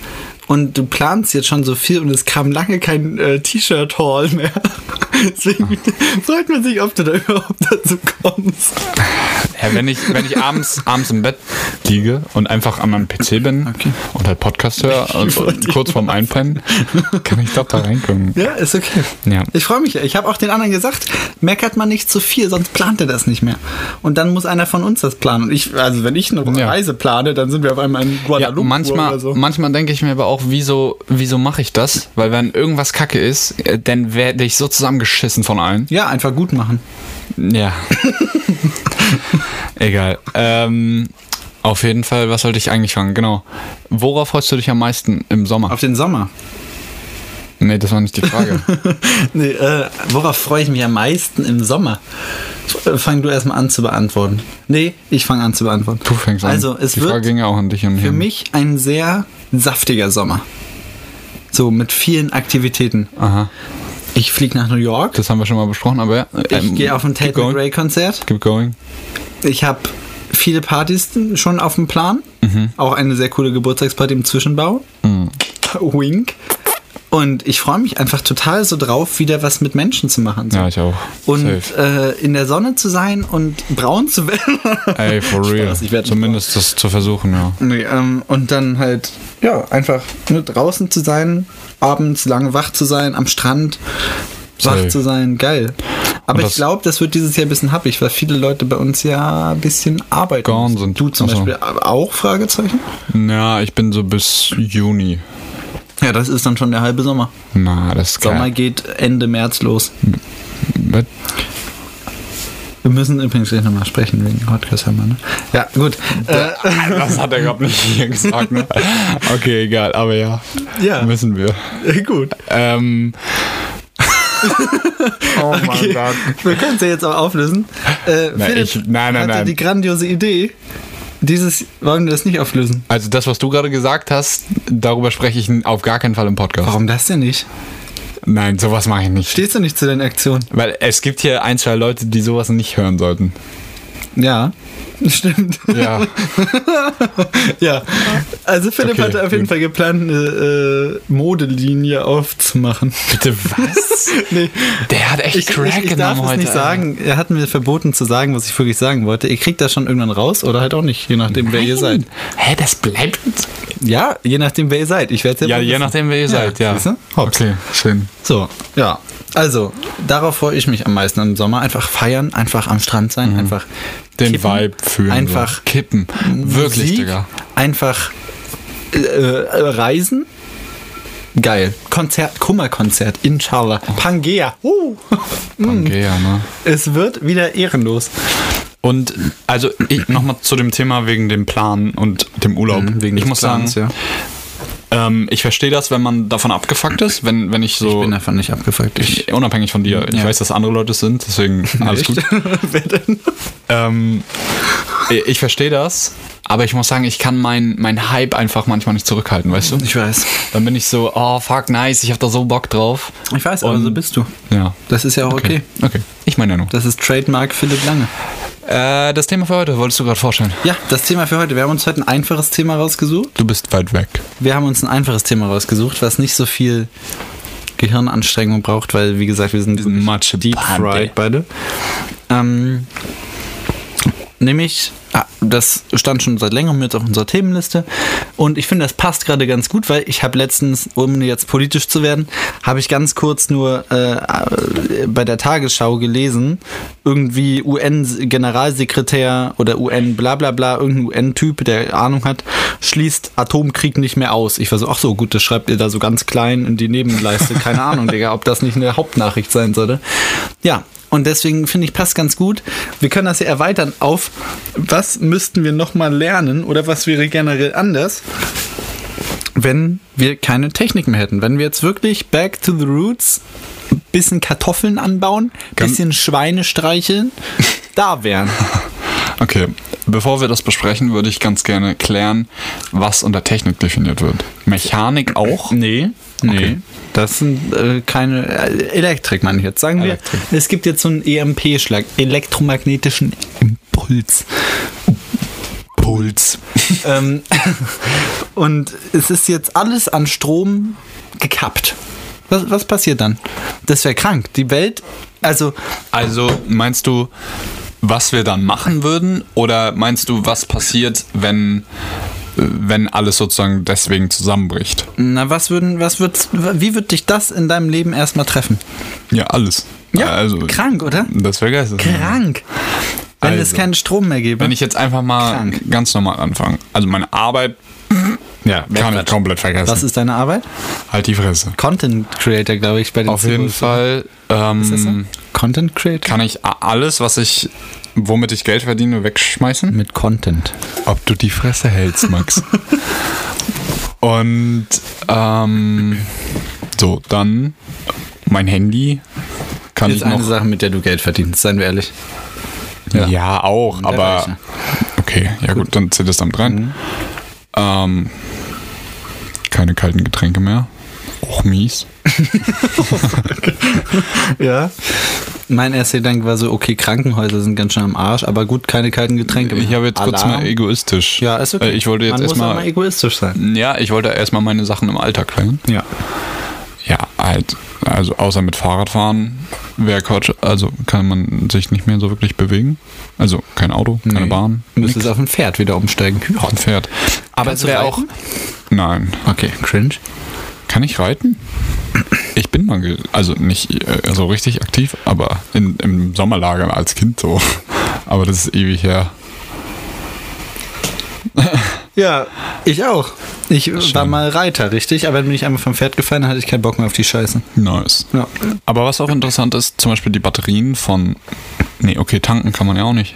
[SPEAKER 2] Und du planst jetzt schon so viel und es kam lange kein äh, T-Shirt-Haul mehr. Deswegen
[SPEAKER 1] Ah.
[SPEAKER 2] freut man sich, ob du da überhaupt dazu kommst.
[SPEAKER 1] Ja, wenn ich, wenn ich abends, abends im Bett liege und einfach an meinem PC bin
[SPEAKER 2] Okay.
[SPEAKER 1] und halt Podcast höre und, und kurz vorm Einpennen, kann ich doch da reinkommen.
[SPEAKER 2] Ja, ist okay.
[SPEAKER 1] Ja.
[SPEAKER 2] Ich freue mich. ja. Ich habe auch den anderen gesagt, meckert man nicht zu viel, sonst plant er das nicht mehr. Und dann muss einer von uns das planen. Und ich, also wenn ich eine
[SPEAKER 1] Ja.
[SPEAKER 2] Reise plane, dann sind wir auf einmal in
[SPEAKER 1] Ja,
[SPEAKER 2] Guadalupe
[SPEAKER 1] manchmal,
[SPEAKER 2] oder so.
[SPEAKER 1] manchmal denke ich mir aber auch, wieso, wieso mache ich das? Weil wenn irgendwas kacke ist, äh, dann werde ich so zusammengeschissen von allen.
[SPEAKER 2] Ja, einfach gut machen.
[SPEAKER 1] Ja. Egal. Ähm, auf jeden Fall, was sollte ich eigentlich fangen? Genau. Worauf freust du dich am meisten im Sommer?
[SPEAKER 2] Auf den Sommer.
[SPEAKER 1] Nee, das war nicht die Frage.
[SPEAKER 2] Nee, äh, worauf freue ich mich am meisten im Sommer? F- äh, Fang du erstmal an zu beantworten. Nee, ich fange an zu beantworten.
[SPEAKER 1] Du fängst an.
[SPEAKER 2] Also, es
[SPEAKER 1] die Frage
[SPEAKER 2] wird
[SPEAKER 1] ging ja auch an dich und
[SPEAKER 2] für
[SPEAKER 1] mich.
[SPEAKER 2] mich ein sehr saftiger Sommer. So mit vielen Aktivitäten.
[SPEAKER 1] Aha.
[SPEAKER 2] Ich fliege nach New York.
[SPEAKER 1] Das haben wir schon mal besprochen, aber. Ähm,
[SPEAKER 2] Ich gehe auf ein
[SPEAKER 1] keep
[SPEAKER 2] Tate
[SPEAKER 1] going.
[SPEAKER 2] McRae Konzert.
[SPEAKER 1] Keep going.
[SPEAKER 2] Ich habe viele Partys schon auf dem Plan.
[SPEAKER 1] Mhm.
[SPEAKER 2] Auch eine sehr coole Geburtstagsparty im Zwischenbau. Wink. Und ich freue mich einfach total so drauf, wieder was mit Menschen zu machen. So.
[SPEAKER 1] Ja, ich auch.
[SPEAKER 2] und
[SPEAKER 1] Safe.
[SPEAKER 2] äh, in der Sonne zu sein und braun zu werden.
[SPEAKER 1] Ey, for real.
[SPEAKER 2] Spaß, ich werd-
[SPEAKER 1] Zumindest das zu versuchen, ja.
[SPEAKER 2] nee, ähm, und dann halt, ja, einfach nur draußen zu sein, abends lange wach zu sein, am Strand wach
[SPEAKER 1] Safe.
[SPEAKER 2] zu sein, geil. Aber
[SPEAKER 1] Und
[SPEAKER 2] ich
[SPEAKER 1] das-
[SPEAKER 2] glaube, das wird dieses Jahr ein bisschen happig, weil viele Leute bei uns ja ein bisschen arbeiten.
[SPEAKER 1] Gone
[SPEAKER 2] müssen.
[SPEAKER 1] sind.
[SPEAKER 2] Du zum
[SPEAKER 1] Ach so.
[SPEAKER 2] Beispiel äh, auch? Fragezeichen?
[SPEAKER 1] Ja, ich bin so bis Juni.
[SPEAKER 2] Ja, das ist dann schon der halbe Sommer.
[SPEAKER 1] Na, das ist
[SPEAKER 2] Sommer
[SPEAKER 1] geil.
[SPEAKER 2] geht Ende März los.
[SPEAKER 1] Was?
[SPEAKER 2] Wir müssen übrigens gleich nochmal sprechen wegen Podcast Hammer, ne? Ja, gut. Äh,
[SPEAKER 1] Das hat er gerade nicht hier gesagt, ne? Okay, egal, aber ja.
[SPEAKER 2] Ja.
[SPEAKER 1] Müssen wir.
[SPEAKER 2] Äh, gut.
[SPEAKER 1] Ähm. oh mein
[SPEAKER 2] Okay. Wir können es ja jetzt auch auflösen. Äh,
[SPEAKER 1] Na,
[SPEAKER 2] Philipp
[SPEAKER 1] ich- nein, nein,
[SPEAKER 2] hatte
[SPEAKER 1] nein.
[SPEAKER 2] die grandiose Idee, dieses wollen wir das nicht auflösen.
[SPEAKER 1] Also das, was du gerade gesagt hast, darüber spreche ich auf gar keinen Fall im Podcast.
[SPEAKER 2] Warum das denn nicht? Oh.
[SPEAKER 1] Nein, sowas mache ich nicht.
[SPEAKER 2] Stehst du nicht zu deinen Aktionen?
[SPEAKER 1] Weil es gibt hier ein, zwei Leute, die sowas nicht hören sollten.
[SPEAKER 2] Ja. Stimmt.
[SPEAKER 1] Ja.
[SPEAKER 2] Ja. Also Philipp
[SPEAKER 1] Okay,
[SPEAKER 2] hatte auf jeden
[SPEAKER 1] gut.
[SPEAKER 2] Fall geplant, eine äh, Modelinie aufzumachen.
[SPEAKER 1] Bitte was?
[SPEAKER 2] Nee.
[SPEAKER 1] Der hat echt
[SPEAKER 2] Ich,
[SPEAKER 1] Crack
[SPEAKER 2] ich, ich darf
[SPEAKER 1] genommen
[SPEAKER 2] es
[SPEAKER 1] heute.
[SPEAKER 2] nicht sagen. Er hat mir verboten zu sagen, was ich wirklich sagen wollte. Ihr kriegt das schon irgendwann raus oder halt auch nicht, je nachdem, wer ihr seid.
[SPEAKER 1] Hä, das bleibt.
[SPEAKER 2] Ja, je nachdem, wer ihr seid. Ich werde
[SPEAKER 1] Ja, je nachdem, wer ihr seid, ja.
[SPEAKER 2] siehst du? Hops.
[SPEAKER 1] Okay, schön.
[SPEAKER 2] So, ja. Also, darauf freue ich mich am meisten im Sommer. Einfach feiern, einfach am Strand sein, einfach
[SPEAKER 1] Mhm. Den
[SPEAKER 2] kippen,
[SPEAKER 1] Vibe fühlen.
[SPEAKER 2] Einfach
[SPEAKER 1] So. Kippen. Wirklich,
[SPEAKER 2] Musik,
[SPEAKER 1] Digga.
[SPEAKER 2] Einfach äh, äh, reisen. Geil. Konzert, Kummerkonzert, inshallah.
[SPEAKER 1] Oh.
[SPEAKER 2] Pangea. Uh,
[SPEAKER 1] Pangea, ne?
[SPEAKER 2] es wird wieder ehrenlos.
[SPEAKER 1] Und also nochmal zu dem Thema wegen dem Plan und dem Urlaub. ich
[SPEAKER 2] Mhm. des
[SPEAKER 1] muss
[SPEAKER 2] Plans,
[SPEAKER 1] sagen, ähm, ich verstehe das, wenn man davon abgefuckt ist, wenn, wenn ich
[SPEAKER 2] Ich
[SPEAKER 1] so
[SPEAKER 2] bin davon nicht abgefuckt. Ich,
[SPEAKER 1] unabhängig von dir, ich
[SPEAKER 2] Ja.
[SPEAKER 1] weiß, dass andere Leute es sind, deswegen alles gut.
[SPEAKER 2] Wer denn?
[SPEAKER 1] Ähm, ich ich verstehe das, aber ich muss sagen, ich kann meinen mein Hype einfach manchmal nicht zurückhalten, weißt du?
[SPEAKER 2] Ich weiß.
[SPEAKER 1] Dann bin ich so, oh fuck, nice, ich hab da so Bock drauf.
[SPEAKER 2] Ich weiß, aber
[SPEAKER 1] Und-
[SPEAKER 2] so bist du.
[SPEAKER 1] Ja.
[SPEAKER 2] Das ist ja auch okay.
[SPEAKER 1] Okay, ich meine ja nur.
[SPEAKER 2] Das ist Trademark Philipp Lange.
[SPEAKER 1] Äh, das Thema für heute wolltest du gerade vorstellen.
[SPEAKER 2] Ja, das Thema für heute. Wir haben uns heute ein einfaches Thema rausgesucht.
[SPEAKER 1] Du bist weit weg.
[SPEAKER 2] Wir haben uns ein einfaches Thema rausgesucht, was nicht so viel Gehirnanstrengung braucht, weil, wie gesagt, wir sind, wir
[SPEAKER 1] Matsche
[SPEAKER 2] deep
[SPEAKER 1] Pande.
[SPEAKER 2] fried beide. Ähm, nämlich, ah, das stand schon seit längerem jetzt auf unserer Themenliste und ich finde, das passt gerade ganz gut, weil ich habe letztens, um jetzt politisch zu werden, habe ich ganz kurz nur äh, äh, bei der Tagesschau gelesen, irgendwie UN-Generalsekretär oder UN-Blablabla, irgendein UN-Typ, der Ahnung hat, schließt Atomkrieg nicht mehr aus. Ich war so, ach so, gut, das schreibt ihr da so ganz klein in die Nebenleiste. Keine Ahnung, Digga, ob das nicht eine Hauptnachricht sein sollte. Ja, und deswegen finde ich, passt ganz gut. Wir können das ja erweitern auf, was müssten wir nochmal lernen oder was wäre generell anders, wenn wir keine Technik mehr hätten. Wenn wir jetzt wirklich back to the roots, bisschen Kartoffeln anbauen, bisschen Schweine streicheln, da wären.
[SPEAKER 1] Okay, bevor wir das besprechen, würde ich ganz gerne klären, was unter Technik definiert wird. Mechanik auch?
[SPEAKER 2] Nee, nee.
[SPEAKER 1] Okay.
[SPEAKER 2] Das sind äh, keine äh, Elektrik, meine ich jetzt. Sagen
[SPEAKER 1] Elektrik.
[SPEAKER 2] wir, es gibt jetzt so einen EMP-Schlag, elektromagnetischen Impuls.
[SPEAKER 1] Puls.
[SPEAKER 2] ähm, und es ist jetzt alles an Strom gekappt. Was, was passiert dann? Das wäre krank. Die Welt, also
[SPEAKER 1] Also meinst du, was wir dann machen würden? Oder meinst du, was passiert, wenn, äh, wenn alles sozusagen deswegen zusammenbricht?
[SPEAKER 2] Na, was würden, was wird, wie wird dich das in deinem Leben erstmal treffen?
[SPEAKER 1] Ja, alles. also,
[SPEAKER 2] krank, oder?
[SPEAKER 1] Das wäre geil.
[SPEAKER 2] Krank. Wenn es
[SPEAKER 1] Also.
[SPEAKER 2] keinen Strom mehr gäbe.
[SPEAKER 1] Wenn ich jetzt einfach mal
[SPEAKER 2] Krank.
[SPEAKER 1] ganz normal anfange. Also meine Arbeit ja, kann ich komplett vergessen.
[SPEAKER 2] was ist deine Arbeit?
[SPEAKER 1] halt die Fresse.
[SPEAKER 2] Content Creator, glaube ich, bei den
[SPEAKER 1] Auf jeden
[SPEAKER 2] Zibos.
[SPEAKER 1] Fall ähm,
[SPEAKER 2] Ist das so? Content Creator?
[SPEAKER 1] kann ich a- alles, was ich, womit ich Geld verdiene, wegschmeißen.
[SPEAKER 2] Mit Content.
[SPEAKER 1] Ob du die Fresse hältst, Max. Und ähm, so, dann mein Handy kann
[SPEAKER 2] Ist
[SPEAKER 1] ich
[SPEAKER 2] eine
[SPEAKER 1] noch.
[SPEAKER 2] Sache, mit der du Geld verdienst, seien wir ehrlich.
[SPEAKER 1] Ja, auch, aber.
[SPEAKER 2] Bereich, ne?
[SPEAKER 1] Okay, ja gut, dann zählt das damit rein.
[SPEAKER 2] Mhm.
[SPEAKER 1] Ähm, keine kalten Getränke mehr. Auch mies.
[SPEAKER 2] Ja. Mein erster Gedanke war so, okay, Krankenhäuser sind ganz schön am Arsch, aber gut, keine kalten Getränke mehr.
[SPEAKER 1] Ich habe jetzt kurz
[SPEAKER 2] Alarm.
[SPEAKER 1] mal egoistisch.
[SPEAKER 2] Ja, ist okay.
[SPEAKER 1] Äh, Ich wollte jetzt
[SPEAKER 2] Man muss auch mal
[SPEAKER 1] erstmal.
[SPEAKER 2] egoistisch sein.
[SPEAKER 1] Ja, ich wollte erstmal meine Sachen im Alltag klären.
[SPEAKER 2] Ja.
[SPEAKER 1] Ja, halt, also außer mit Fahrradfahren wäre Quatsch. Also kann man sich nicht mehr so wirklich bewegen. Also kein Auto, keine
[SPEAKER 2] Nee.
[SPEAKER 1] Bahn.
[SPEAKER 2] Du
[SPEAKER 1] nix.
[SPEAKER 2] müsstest auf ein Pferd wieder umsteigen.
[SPEAKER 1] Auch ein Pferd. Aber
[SPEAKER 2] Kannst
[SPEAKER 1] es
[SPEAKER 2] du
[SPEAKER 1] wäre auch.
[SPEAKER 2] reiten?
[SPEAKER 1] Nein.
[SPEAKER 2] Okay, cringe.
[SPEAKER 1] Kann ich reiten? Ich bin mal, ge- also nicht äh, so richtig aktiv, aber in, im Sommerlager als Kind so. Aber das ist ewig her.
[SPEAKER 2] Ja, ich auch. Ich war
[SPEAKER 1] Schön.
[SPEAKER 2] mal Reiter, richtig, aber dann bin ich einmal vom Pferd gefallen, dann hatte ich keinen Bock mehr auf die Scheiße.
[SPEAKER 1] Nice.
[SPEAKER 2] Ja.
[SPEAKER 1] Aber was auch interessant ist, zum Beispiel die Batterien von. Nee, okay, tanken kann man ja auch nicht.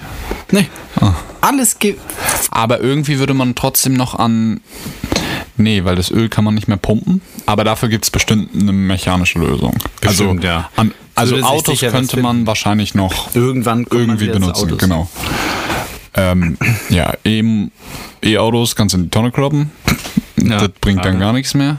[SPEAKER 2] Nee.
[SPEAKER 1] Ah.
[SPEAKER 2] Alles gibt.
[SPEAKER 1] Aber irgendwie würde man trotzdem noch an. Nee, weil das Öl kann man nicht mehr pumpen. Aber dafür gibt es bestimmt eine mechanische Lösung.
[SPEAKER 2] Bestimmt,
[SPEAKER 1] also,
[SPEAKER 2] ja.
[SPEAKER 1] An, also
[SPEAKER 2] Würde sich
[SPEAKER 1] Autos
[SPEAKER 2] sicher was
[SPEAKER 1] könnte man wahrscheinlich noch
[SPEAKER 2] Irgendwann kommt man
[SPEAKER 1] irgendwie
[SPEAKER 2] wieder zu
[SPEAKER 1] benutzen,
[SPEAKER 2] Autos.
[SPEAKER 1] genau. Ähm, ja, eben E-Autos kannst du in die Tonne kloppen.
[SPEAKER 2] Ja,
[SPEAKER 1] das bringt dann
[SPEAKER 2] gerade.
[SPEAKER 1] gar nichts mehr.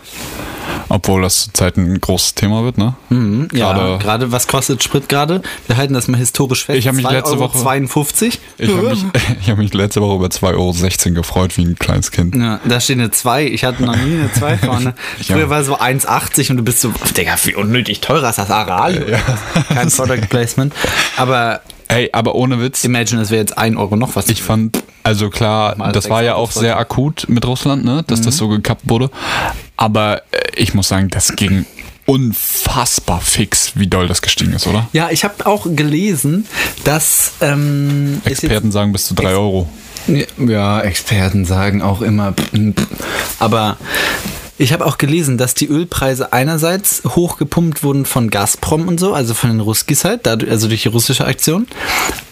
[SPEAKER 1] Obwohl das zur Zeit ein großes Thema wird, ne?
[SPEAKER 2] Mhm, ja,
[SPEAKER 1] Gerade-
[SPEAKER 2] gerade was kostet Sprit gerade? Wir halten das mal historisch fest.
[SPEAKER 1] Ich hab mich
[SPEAKER 2] Zwei
[SPEAKER 1] letzte
[SPEAKER 2] Euro
[SPEAKER 1] Woche-
[SPEAKER 2] 52.
[SPEAKER 1] Ich habe mich, ich hab mich letzte Woche über 2,16 Euro gefreut wie ein kleines Kind.
[SPEAKER 2] Ja, da steht eine 2. Ich hatte noch nie eine 2 vorne.
[SPEAKER 1] Ich
[SPEAKER 2] Früher
[SPEAKER 1] auch.
[SPEAKER 2] war so 1,80 und du bist so, Digga, wie unnötig teurer ist das Aral. oder was? Kein Product Placement. Aber
[SPEAKER 1] Ey, aber ohne Witz,
[SPEAKER 2] imagine, es wäre jetzt 1 Euro noch was.
[SPEAKER 1] ich fand, also klar,
[SPEAKER 2] Mal
[SPEAKER 1] das
[SPEAKER 2] sechs Mhm.
[SPEAKER 1] war ja
[SPEAKER 2] Autos
[SPEAKER 1] auch sehr
[SPEAKER 2] heute.
[SPEAKER 1] akut mit Russland, ne? Dass das so gekappt wurde. Aber äh, ich muss sagen, das ging unfassbar fix, wie doll das gestiegen ist, oder?
[SPEAKER 2] Ja, ich habe auch gelesen, dass ähm, es jetzt-
[SPEAKER 1] Experten sagen bis zu 3 Euro.
[SPEAKER 2] Ja, Experten sagen auch immer. pff, hm, pff. Aber ich habe auch gelesen, dass die Ölpreise einerseits hochgepumpt wurden von Gazprom und so, also von den Ruskis halt, dadurch- also durch die russische Aktion.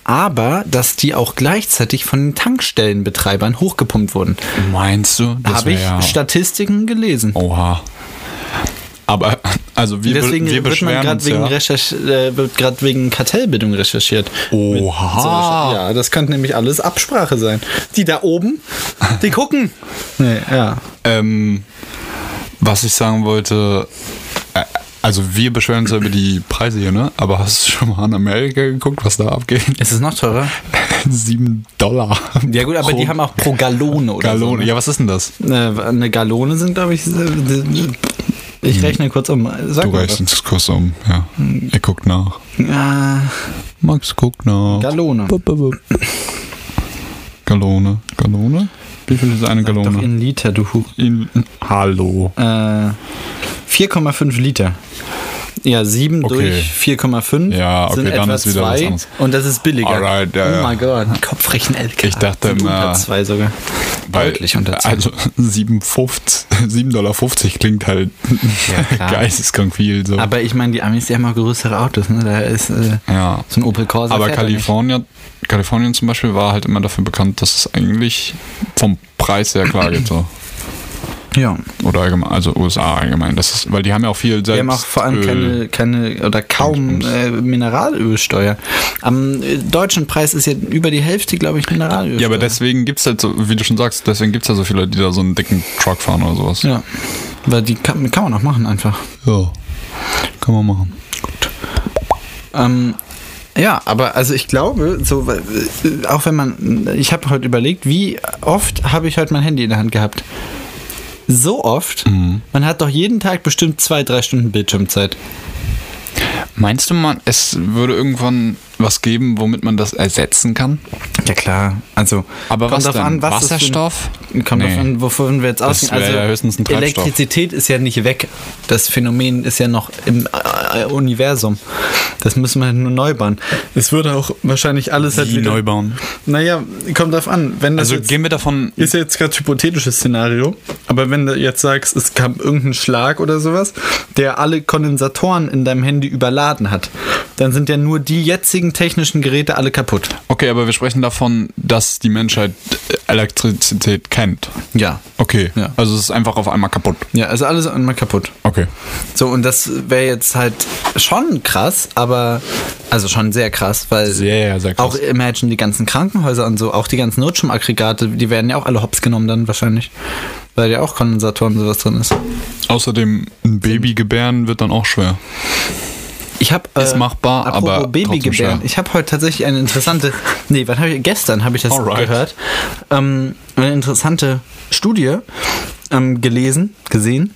[SPEAKER 2] Aber dass die auch gleichzeitig von den Tankstellenbetreibern hochgepumpt wurden.
[SPEAKER 1] Meinst du? Das
[SPEAKER 2] Habe ich
[SPEAKER 1] wär- Oh,
[SPEAKER 2] Statistiken gelesen.
[SPEAKER 1] Oha. Aber, also wir,
[SPEAKER 2] Deswegen
[SPEAKER 1] wir
[SPEAKER 2] wird man
[SPEAKER 1] beschweren
[SPEAKER 2] gerade
[SPEAKER 1] uns
[SPEAKER 2] wegen,
[SPEAKER 1] ja.
[SPEAKER 2] Recherch- äh, wird grad wegen Kartellbildung recherchiert.
[SPEAKER 1] Oha.
[SPEAKER 2] So, Ja, das könnte nämlich alles Absprache sein. Die da oben, die gucken. Nee, ja.
[SPEAKER 1] Ähm, was ich sagen wollte, äh, also wir beschweren uns ja über die Preise hier, ne? Aber hast du schon mal in Amerika geguckt, was da abgeht?
[SPEAKER 2] Ist es noch teurer?
[SPEAKER 1] 7 Dollar.
[SPEAKER 2] Ja gut, aber die haben auch pro Gallone oder
[SPEAKER 1] Gallone.
[SPEAKER 2] so.
[SPEAKER 1] Ja, was ist denn das?
[SPEAKER 2] Ne? Äh, Eine Gallone sind, glaube ich, äh, ich rechne kurz um. Sag
[SPEAKER 1] Hm. Du
[SPEAKER 2] mal was.
[SPEAKER 1] rechnest kurz um, ja.
[SPEAKER 2] Hm.
[SPEAKER 1] Er guckt nach.
[SPEAKER 2] Ah,
[SPEAKER 1] Max guckt nach.
[SPEAKER 2] Gallone.
[SPEAKER 1] Bup, bup, bup. Gallone. Gallone? Wie viel ist eine
[SPEAKER 2] Doch
[SPEAKER 1] Gallone?
[SPEAKER 2] in Liter, du Hu.
[SPEAKER 1] In, Hallo.
[SPEAKER 2] Äh, 4,5 Liter. Ja, 7
[SPEAKER 1] Okay.
[SPEAKER 2] durch 4,5
[SPEAKER 1] Ja, okay,
[SPEAKER 2] sind
[SPEAKER 1] dann
[SPEAKER 2] etwa
[SPEAKER 1] ist wieder was
[SPEAKER 2] 2
[SPEAKER 1] anderes.
[SPEAKER 2] und das ist billiger.
[SPEAKER 1] Alright, ja,
[SPEAKER 2] oh
[SPEAKER 1] ja.
[SPEAKER 2] mein Gott, Kopfrechen LK.
[SPEAKER 1] Ich dachte
[SPEAKER 2] Sind
[SPEAKER 1] immer-
[SPEAKER 2] unter 2 sogar.
[SPEAKER 1] Weil,
[SPEAKER 2] Deutlich unter 2.
[SPEAKER 1] Also 7,50 Dollar klingt halt
[SPEAKER 2] klar.
[SPEAKER 1] geisteskrank viel. So.
[SPEAKER 2] Aber ich meine, die Amis, die haben auch größere Autos. Ne? Da ist äh,
[SPEAKER 1] ja.
[SPEAKER 2] so ein Opel Corsa.
[SPEAKER 1] Aber
[SPEAKER 2] fährt er nicht.
[SPEAKER 1] Kalifornien, Kalifornien zum Beispiel war halt immer dafür bekannt, dass es eigentlich vom Preis her klar geht. So.
[SPEAKER 2] Ja.
[SPEAKER 1] Oder allgemein, also USA allgemein. Das ist, weil die haben ja auch viel selbst. äh,
[SPEAKER 2] Wir haben auch vor allem keine, keine oder kaum äh, Mineralölsteuer. Am äh, deutschen Preis ist ja über die Hälfte, glaube ich, Mineralölsteuer.
[SPEAKER 1] Ja, aber deswegen gibt es halt so, wie du schon sagst, deswegen gibt es ja so viele, die da so einen dicken Truck fahren oder sowas.
[SPEAKER 2] Ja. Weil die kann, kann man auch machen einfach.
[SPEAKER 1] Ja. Kann man machen.
[SPEAKER 2] Ähm, ja, aber also ich glaube, so weil, äh, auch wenn man, ich habe heute überlegt, wie oft habe ich heute mein Handy in der Hand gehabt? So oft. Man hat doch jeden Tag bestimmt zwei, drei Stunden Bildschirmzeit.
[SPEAKER 1] Meinst du mal, es würde irgendwann was geben, womit man das ersetzen kann?
[SPEAKER 2] Ja klar. Also
[SPEAKER 1] Aber
[SPEAKER 2] kommt
[SPEAKER 1] was
[SPEAKER 2] drauf
[SPEAKER 1] denn?
[SPEAKER 2] an, was das für ein-
[SPEAKER 1] Wasserstoff?
[SPEAKER 2] Kommt
[SPEAKER 1] Nee.
[SPEAKER 2] drauf an, wovon wir jetzt ausgehen. Also,
[SPEAKER 1] wär ja höchstens ein Treibstoff.
[SPEAKER 2] Elektrizität ist ja nicht weg. Das Phänomen ist ja noch im äh, äh, Universum. Das müssen wir halt nur neu bauen. Es würde auch wahrscheinlich alles halt
[SPEAKER 1] Wie
[SPEAKER 2] wieder...
[SPEAKER 1] neu bauen?
[SPEAKER 2] Naja, kommt drauf an. Wenn das
[SPEAKER 1] Also
[SPEAKER 2] jetzt,
[SPEAKER 1] gehen wir davon.
[SPEAKER 2] ist ja jetzt gerade hypothetisches Szenario, aber wenn du jetzt sagst, es kam irgendein Schlag oder sowas, der alle Kondensatoren in deinem Handy überladen hat, dann sind ja nur die jetzigen technischen Geräte alle kaputt.
[SPEAKER 1] Okay, aber wir sprechen davon, dass die Menschheit Elektrizität kennt.
[SPEAKER 2] Ja.
[SPEAKER 1] Okay.
[SPEAKER 2] Ja.
[SPEAKER 1] Also es ist einfach auf einmal kaputt.
[SPEAKER 2] Ja, also alles einmal kaputt.
[SPEAKER 1] Okay.
[SPEAKER 2] So, und das wäre jetzt halt schon krass, aber, also schon sehr krass, weil
[SPEAKER 1] Sehr, sehr krass.
[SPEAKER 2] auch imagine die ganzen Krankenhäuser und so, auch die ganzen Notstromaggregate, die werden ja auch alle hops genommen dann wahrscheinlich, weil ja auch Kondensatoren und sowas drin ist.
[SPEAKER 1] Außerdem, ein Baby gebären wird dann auch schwer.
[SPEAKER 2] Ich habe
[SPEAKER 1] Ist machbar, aber trotzdem schwer.
[SPEAKER 2] Babygebären. Ich habe heute tatsächlich eine interessante. Nee, wann habe ich gestern habe ich das
[SPEAKER 1] Alright.
[SPEAKER 2] gehört. Ähm, eine interessante Studie ähm, gelesen, gesehen,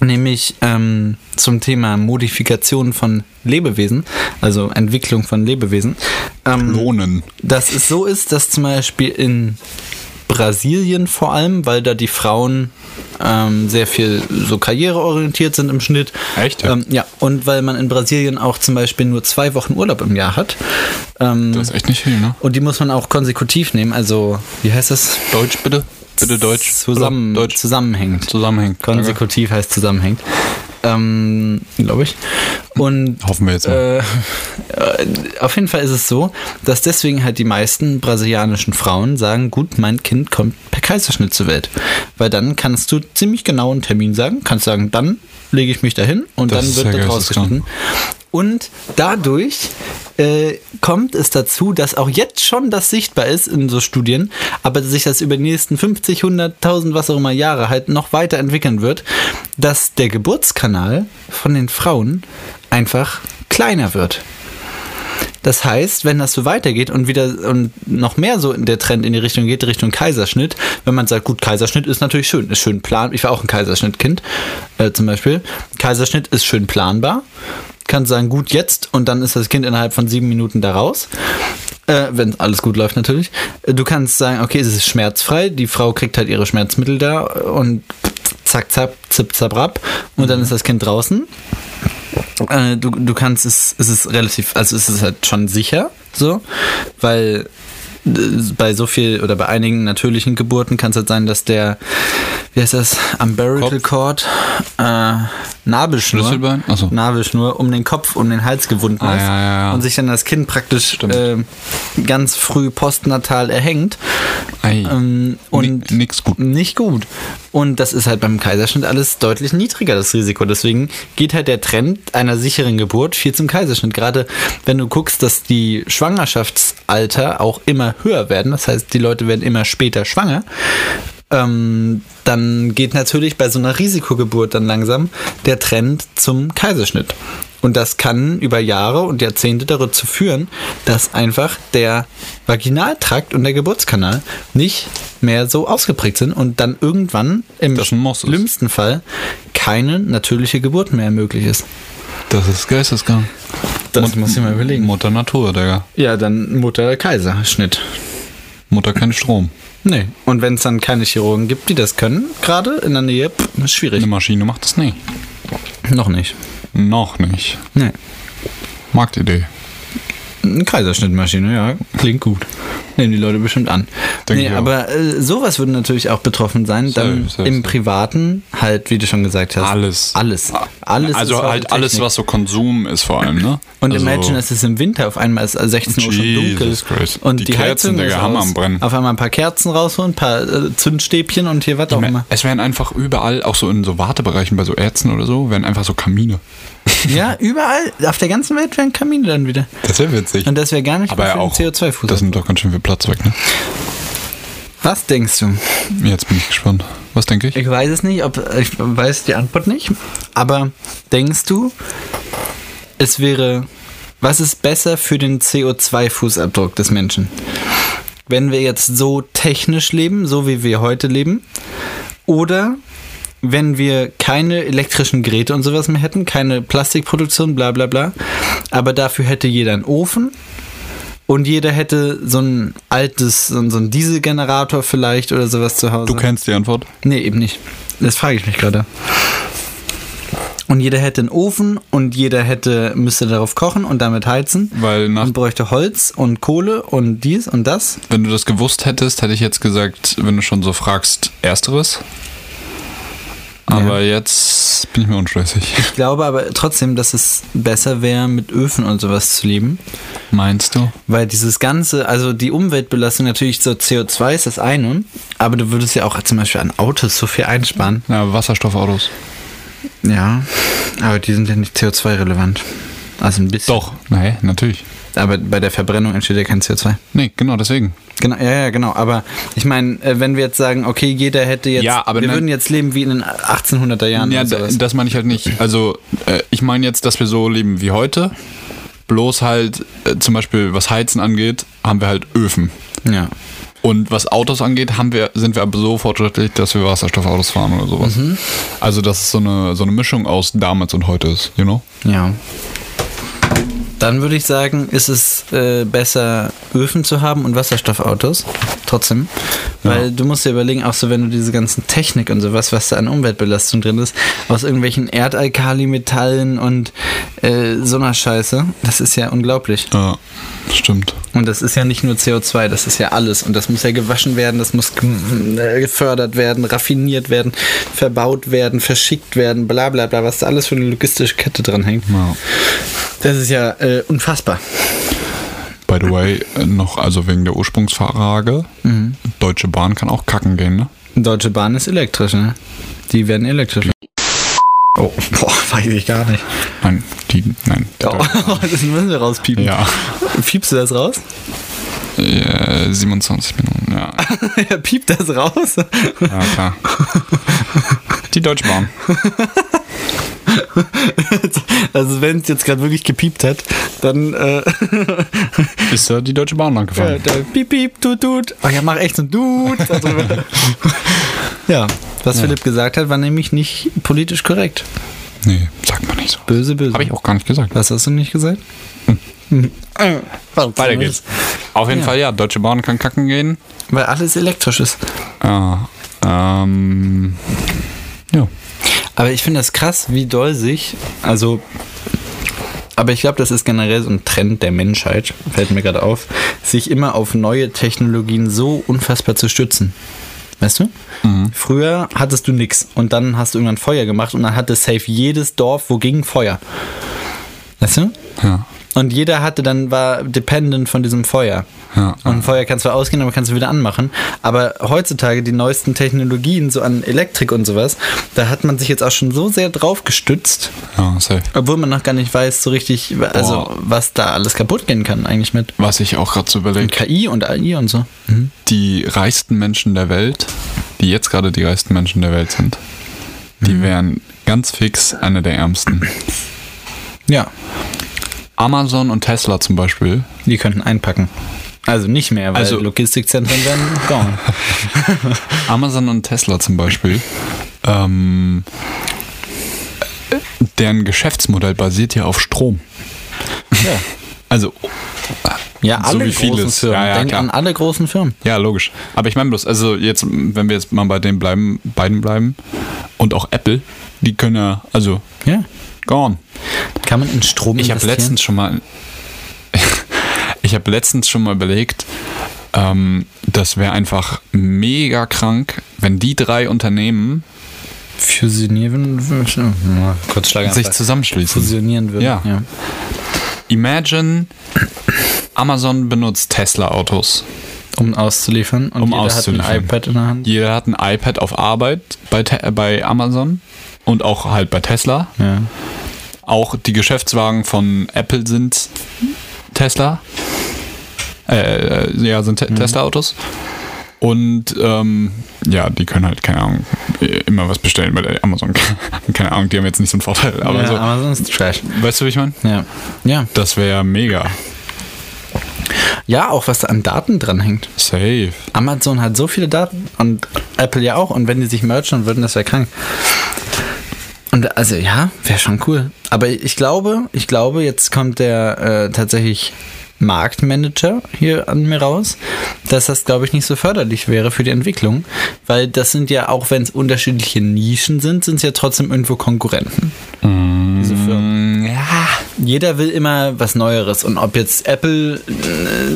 [SPEAKER 2] nämlich ähm, zum Thema Modifikation von Lebewesen, also Entwicklung von Lebewesen. Ähm,
[SPEAKER 1] Lohnen.
[SPEAKER 2] dass es so ist, dass zum Beispiel in Brasilien vor allem, weil da die Frauen ähm, sehr viel so karriereorientiert sind im Schnitt.
[SPEAKER 1] Echt, ja?
[SPEAKER 2] Ja? Ähm, ja, und weil man in Brasilien auch zum Beispiel nur zwei Wochen Urlaub im Jahr hat. Ähm,
[SPEAKER 1] Das ist echt nicht viel, ne?
[SPEAKER 2] und die muss man auch konsekutiv nehmen, also wie heißt das?
[SPEAKER 1] Deutsch bitte. Bitte Deutsch.
[SPEAKER 2] Zusammen,
[SPEAKER 1] Deutsch.
[SPEAKER 2] Zusammenhängend.
[SPEAKER 1] Zusammenhängt. Also, Danke.
[SPEAKER 2] Konsekutiv heißt zusammenhängt. Ähm, Glaube ich. Und
[SPEAKER 1] Hoffen wir jetzt mal.
[SPEAKER 2] äh, äh, auf jeden Fall ist es so, dass deswegen halt die meisten brasilianischen Frauen sagen, gut, mein Kind kommt per Kaiserschnitt zur Welt. Weil dann kannst du ziemlich genau einen Termin sagen, kannst sagen, dann lege ich mich dahin und
[SPEAKER 1] Das
[SPEAKER 2] dann
[SPEAKER 1] ist
[SPEAKER 2] wird
[SPEAKER 1] ja
[SPEAKER 2] das
[SPEAKER 1] geisteskrank.
[SPEAKER 2] rausgeschnitten. Und dadurch äh, kommt es dazu, dass auch jetzt schon das sichtbar ist in so Studien, aber sich das über die nächsten 50, 100, 1000, was auch immer Jahre halt noch weiterentwickeln wird, dass der Geburtskanal von den Frauen einfach kleiner wird. Das heißt, wenn das so weitergeht und wieder und noch mehr so in der Trend in die Richtung geht, Richtung Kaiserschnitt, wenn man sagt, gut, Kaiserschnitt ist natürlich schön, ist schön plan. Ich war auch ein Kaiserschnittkind äh, zum Beispiel. Kaiserschnitt ist schön planbar. Kann sagen, gut, jetzt und dann ist das Kind innerhalb von sieben Minuten da raus. Äh, wenn alles gut läuft natürlich. Äh, Du kannst sagen, okay, es ist schmerzfrei, die Frau kriegt halt ihre Schmerzmittel da und zack, zack, zip, zap, rap. Und
[SPEAKER 1] Mhm.
[SPEAKER 2] dann ist das Kind draußen. Äh, du, du kannst es, es ist relativ, also es ist halt schon sicher, so, weil äh, bei so viel oder bei einigen natürlichen Geburten kann es halt sein, dass der, wie heißt das, Umbilical Cord, äh, Nabelschnur,
[SPEAKER 1] Schlüsselbein? Ach so.
[SPEAKER 2] Nabelschnur um den Kopf, um den Hals gewunden
[SPEAKER 1] Ah,
[SPEAKER 2] ist
[SPEAKER 1] ja, ja, ja.
[SPEAKER 2] und sich dann das Kind praktisch äh, ganz früh postnatal erhängt.
[SPEAKER 1] Ei.
[SPEAKER 2] Ähm, und
[SPEAKER 1] Ni- nix gut.
[SPEAKER 2] nicht gut. Und das ist halt beim Kaiserschnitt alles deutlich niedriger, das Risiko. Deswegen geht halt der Trend einer sicheren Geburt viel zum Kaiserschnitt. Gerade wenn du guckst, dass die Schwangerschaftsalter auch immer höher werden, das heißt, die Leute werden immer später schwanger, ähm, dann geht natürlich bei so einer Risikogeburt dann langsam der Trend zum Kaiserschnitt. Und das kann über Jahre und Jahrzehnte dazu führen, dass einfach der Vaginaltrakt und der Geburtskanal nicht mehr so ausgeprägt sind und dann irgendwann im
[SPEAKER 1] Das ein Muss ist.
[SPEAKER 2] schlimmsten Fall keine natürliche Geburt mehr möglich ist.
[SPEAKER 1] Das ist geisteskrank. Mut- Mutter Natur, Digga.
[SPEAKER 2] Ja, dann Mutter-Kaiserschnitt.
[SPEAKER 1] Mutter kein Strom.
[SPEAKER 2] Nee. Und wenn es dann keine Chirurgen gibt, die das können, gerade in der Nähe, pff, ist schwierig.
[SPEAKER 1] Eine Maschine macht das nicht.
[SPEAKER 2] Noch nicht.
[SPEAKER 1] Noch nicht.
[SPEAKER 2] Nee.
[SPEAKER 1] Marktidee.
[SPEAKER 2] Eine Kaiserschnittmaschine, ja, klingt gut. Nehmen die Leute bestimmt an.
[SPEAKER 1] Denk
[SPEAKER 2] nee,
[SPEAKER 1] ich auch.
[SPEAKER 2] aber äh, sowas würde natürlich auch betroffen sein.
[SPEAKER 1] Safe,
[SPEAKER 2] dann
[SPEAKER 1] safe,
[SPEAKER 2] im
[SPEAKER 1] safe.
[SPEAKER 2] Privaten halt, wie du schon gesagt hast.
[SPEAKER 1] Alles.
[SPEAKER 2] Alles. Alles
[SPEAKER 1] also
[SPEAKER 2] ist
[SPEAKER 1] halt alles,
[SPEAKER 2] Technik.
[SPEAKER 1] was so Konsum ist vor allem, ne?
[SPEAKER 2] Und
[SPEAKER 1] also,
[SPEAKER 2] imagine, es ist im Winter, auf einmal ist 16 Uhr schon dunkel.
[SPEAKER 1] Jesus Christ.
[SPEAKER 2] Und die,
[SPEAKER 1] Die Kerzen,
[SPEAKER 2] Heizung ist
[SPEAKER 1] Digga, Hammer
[SPEAKER 2] aus.
[SPEAKER 1] am Brennen.
[SPEAKER 2] Auf einmal ein paar Kerzen rausholen, ein paar äh, Zündstäbchen und hier was auch immer.
[SPEAKER 1] Es wären einfach überall, auch so in so Wartebereichen bei so Ärzten oder so, wären einfach so Kamine.
[SPEAKER 2] ja, überall, auf der ganzen Welt wären Kamine dann wieder.
[SPEAKER 1] Das wäre witzig.
[SPEAKER 2] Und das wäre gar nicht gut
[SPEAKER 1] Aber
[SPEAKER 2] für den
[SPEAKER 1] auch, das
[SPEAKER 2] CO2-Fuß.
[SPEAKER 1] nimmt doch ganz schön viel Platz weg, ne?
[SPEAKER 2] Was denkst du?
[SPEAKER 1] Jetzt bin ich gespannt. Was denke ich?
[SPEAKER 2] Ich weiß es nicht, ob ich weiß die Antwort nicht. Aber denkst du, es wäre, was ist besser für den CO2-Fußabdruck des Menschen? Wenn wir jetzt so technisch leben, so wie wir heute leben, oder wenn wir keine elektrischen Geräte und sowas mehr hätten, keine Plastikproduktion, bla bla bla, aber dafür hätte jeder einen Ofen und jeder hätte so ein altes, so ein so ein Dieselgenerator vielleicht oder sowas zu Hause.
[SPEAKER 1] Du kennst die Antwort.
[SPEAKER 2] Nee, eben nicht. Das frage ich mich gerade. Und jeder hätte einen Ofen und jeder hätte, müsste darauf kochen und damit heizen.
[SPEAKER 1] Weil nach,
[SPEAKER 2] und bräuchte Holz und Kohle und dies und das.
[SPEAKER 1] wenn du das gewusst hättest, hätte ich jetzt gesagt, wenn du schon so fragst, ersteres. Aber jetzt bin ich mir unschlüssig.
[SPEAKER 2] Ich glaube aber trotzdem, dass es besser wäre, mit Öfen und sowas zu leben.
[SPEAKER 1] Meinst du?
[SPEAKER 2] Weil dieses Ganze, also die Umweltbelastung natürlich so CO2 ist das eine, aber du würdest ja auch zum Beispiel an Autos so viel einsparen.
[SPEAKER 1] Ja, Wasserstoffautos.
[SPEAKER 2] Ja, aber die sind ja nicht CO2-relevant. Also ein bisschen.
[SPEAKER 1] Doch. Nee, natürlich.
[SPEAKER 2] Aber bei der Verbrennung entsteht ja kein CO2.
[SPEAKER 1] Nee, genau deswegen.
[SPEAKER 2] Genau, ja, ja, genau. Aber ich meine, äh, wenn wir jetzt sagen, okay, jeder hätte jetzt,
[SPEAKER 1] Ja, aber
[SPEAKER 2] wir
[SPEAKER 1] ne-
[SPEAKER 2] würden jetzt leben wie in den 1800er Jahren.
[SPEAKER 1] Ja,
[SPEAKER 2] und
[SPEAKER 1] da-
[SPEAKER 2] sowas.
[SPEAKER 1] das meine ich halt nicht. Also, äh, ich meine jetzt, dass wir so leben wie heute. Bloß halt, äh, zum Beispiel, was Heizen angeht, haben wir halt Öfen.
[SPEAKER 2] ja.
[SPEAKER 1] Und was Autos angeht, haben wir, sind wir aber so fortschrittlich, dass wir Wasserstoffautos fahren oder sowas.
[SPEAKER 2] Mhm.
[SPEAKER 1] Also, dass es so eine, so eine Mischung aus damals und heute ist, you know?
[SPEAKER 2] ja. Dann würde ich sagen, ist es äh, besser, Öfen zu haben und Wasserstoffautos. Trotzdem. Weil du musst dir überlegen, auch so, wenn du diese ganzen Technik und sowas, was da an Umweltbelastung drin ist, aus irgendwelchen Erdalkalimetallen und äh, so einer Scheiße, das ist ja unglaublich.
[SPEAKER 1] Ja, stimmt.
[SPEAKER 2] Und das ist ja nicht nur CO2, das ist ja alles. Und das muss ja gewaschen werden, das muss ge- äh, gefördert werden, raffiniert werden, verbaut werden, verschickt werden, bla bla bla, was da alles für eine logistische Kette dran hängt.
[SPEAKER 1] Ja.
[SPEAKER 2] Das ist ja äh, unfassbar.
[SPEAKER 1] By the way, äh, noch, also wegen der Ursprungsfrage,
[SPEAKER 2] Mhm.
[SPEAKER 1] Deutsche Bahn kann auch kacken gehen, ne?
[SPEAKER 2] Deutsche Bahn ist elektrisch, ne? Die werden elektrisch. Oh, boah, weiß ich gar nicht.
[SPEAKER 1] Nein, die, nein. der
[SPEAKER 2] Oh,
[SPEAKER 1] Deutsche-
[SPEAKER 2] das müssen wir rauspiepen.
[SPEAKER 1] Ja.
[SPEAKER 2] Piepst du das raus?
[SPEAKER 1] Äh, 27 Minuten, ja.
[SPEAKER 2] ja, piept das raus?
[SPEAKER 1] Ja, klar. Die Deutsche Bahn.
[SPEAKER 2] Also wenn es jetzt gerade wirklich gepiept hat, dann äh,
[SPEAKER 1] Ist ja die Deutsche Bahn lang
[SPEAKER 2] Ja,
[SPEAKER 1] gefahren.
[SPEAKER 2] da Äh, piep, piep, tut, tut. Oh, ja, mach echt so ein Tut. ja, was Philipp gesagt hat, war nämlich nicht politisch korrekt.
[SPEAKER 1] Nee, sagt man nicht so.
[SPEAKER 2] Böse, böse.
[SPEAKER 1] Habe ich auch gar nicht gesagt. ne?
[SPEAKER 2] Was hast du nicht gesagt? Mhm.
[SPEAKER 1] Weiter geht's. Auf jeden
[SPEAKER 2] Ja.
[SPEAKER 1] Fall, ja, Deutsche Bahn kann kacken gehen.
[SPEAKER 2] Weil alles elektrisch ist.
[SPEAKER 1] Ja. Ähm, Ja.
[SPEAKER 2] Aber ich finde das krass, wie doll sich, also, aber ich glaube, das ist generell so ein Trend der Menschheit, fällt mir gerade auf, sich immer auf neue Technologien so unfassbar zu stützen. Weißt du? Früher hattest du nix und dann hast du irgendwann Feuer gemacht und dann hatte safe jedes Dorf, wo ging Feuer. Weißt du?
[SPEAKER 1] Ja.
[SPEAKER 2] Und jeder hatte dann, war dependent von diesem Feuer.
[SPEAKER 1] Ja.
[SPEAKER 2] Und Feuer kann zwar ausgehen, aber kannst du wieder anmachen. Aber heutzutage die neuesten Technologien, so an Elektrik und sowas, da hat man sich jetzt auch schon so sehr drauf gestützt,
[SPEAKER 1] Ja, safe.
[SPEAKER 2] obwohl man noch gar nicht weiß, so richtig, also
[SPEAKER 1] Boah.
[SPEAKER 2] was da alles kaputt gehen kann, eigentlich mit
[SPEAKER 1] Was ich auch gerade so überlege,
[SPEAKER 2] KI und AI und so. Mhm.
[SPEAKER 1] die reichsten Menschen der Welt, die jetzt gerade die reichsten Menschen der Welt sind, die wären ganz fix eine der ärmsten.
[SPEAKER 2] Ja,
[SPEAKER 1] Amazon und Tesla zum Beispiel,
[SPEAKER 2] die könnten einpacken. Also nicht mehr, weil
[SPEAKER 1] Also-
[SPEAKER 2] Logistikzentren werden gone.
[SPEAKER 1] Amazon und Tesla zum Beispiel, ähm, deren Geschäftsmodell basiert ja auf Strom.
[SPEAKER 2] ja.
[SPEAKER 1] Also,
[SPEAKER 2] ja,
[SPEAKER 1] So
[SPEAKER 2] alle
[SPEAKER 1] wie
[SPEAKER 2] großen
[SPEAKER 1] vieles.
[SPEAKER 2] Firmen.
[SPEAKER 1] Ja, ja,
[SPEAKER 2] Denk
[SPEAKER 1] klar.
[SPEAKER 2] an alle großen Firmen.
[SPEAKER 1] ja, logisch. Aber ich meine bloß, also jetzt, wenn wir jetzt mal bei den bleiben, beiden bleiben und auch Apple, die können ja, also,
[SPEAKER 2] Ja.
[SPEAKER 1] gone.
[SPEAKER 2] Kann man in Strom
[SPEAKER 1] Ich habe
[SPEAKER 2] investieren?
[SPEAKER 1] letztens schon mal. ich habe letztens schon mal überlegt, ähm, das wäre einfach mega krank, wenn die drei Unternehmen
[SPEAKER 2] fusionieren kurz
[SPEAKER 1] sich zusammenschließen.
[SPEAKER 2] fusionieren würden.
[SPEAKER 1] Ja. Imagine, Amazon benutzt Tesla-Autos.
[SPEAKER 2] Um auszuliefern. Und
[SPEAKER 1] Um
[SPEAKER 2] jeder hat
[SPEAKER 1] auszuliefern.
[SPEAKER 2] ein iPad in der Hand.
[SPEAKER 1] Jeder hat ein iPad auf Arbeit bei, Te äh, bei Amazon und auch halt bei Tesla.
[SPEAKER 2] Ja.
[SPEAKER 1] Auch die Geschäftswagen von Apple sind Tesla. Äh, äh, ja, sind Te Tesla-Autos. Und ähm, ja, die können halt, keine Ahnung, äh, immer was bestellen bei der Amazon. keine Ahnung, die haben jetzt nicht so einen Vorteil. Aber
[SPEAKER 2] ja,
[SPEAKER 1] so,
[SPEAKER 2] Amazon ist Trash.
[SPEAKER 1] weißt du, wie ich meine?
[SPEAKER 2] Ja. ja.
[SPEAKER 1] Das wäre mega.
[SPEAKER 2] Ja, auch was da an Daten dranhängt.
[SPEAKER 1] Safe.
[SPEAKER 2] Amazon hat so viele Daten und Apple ja auch. Und wenn die sich mergen würden, das wäre krank. Und also ja, wäre schon cool. Aber ich glaube, ich glaube, jetzt kommt der äh, tatsächlich Marktmanager hier an mir raus, dass das, glaube ich, nicht so förderlich wäre für die Entwicklung. Weil das sind ja, auch wenn es unterschiedliche Nischen sind, sind es ja trotzdem irgendwo Konkurrenten. Diese Firmen
[SPEAKER 1] Mm, Ja.
[SPEAKER 2] jeder will immer was Neueres. Und ob jetzt Apple äh,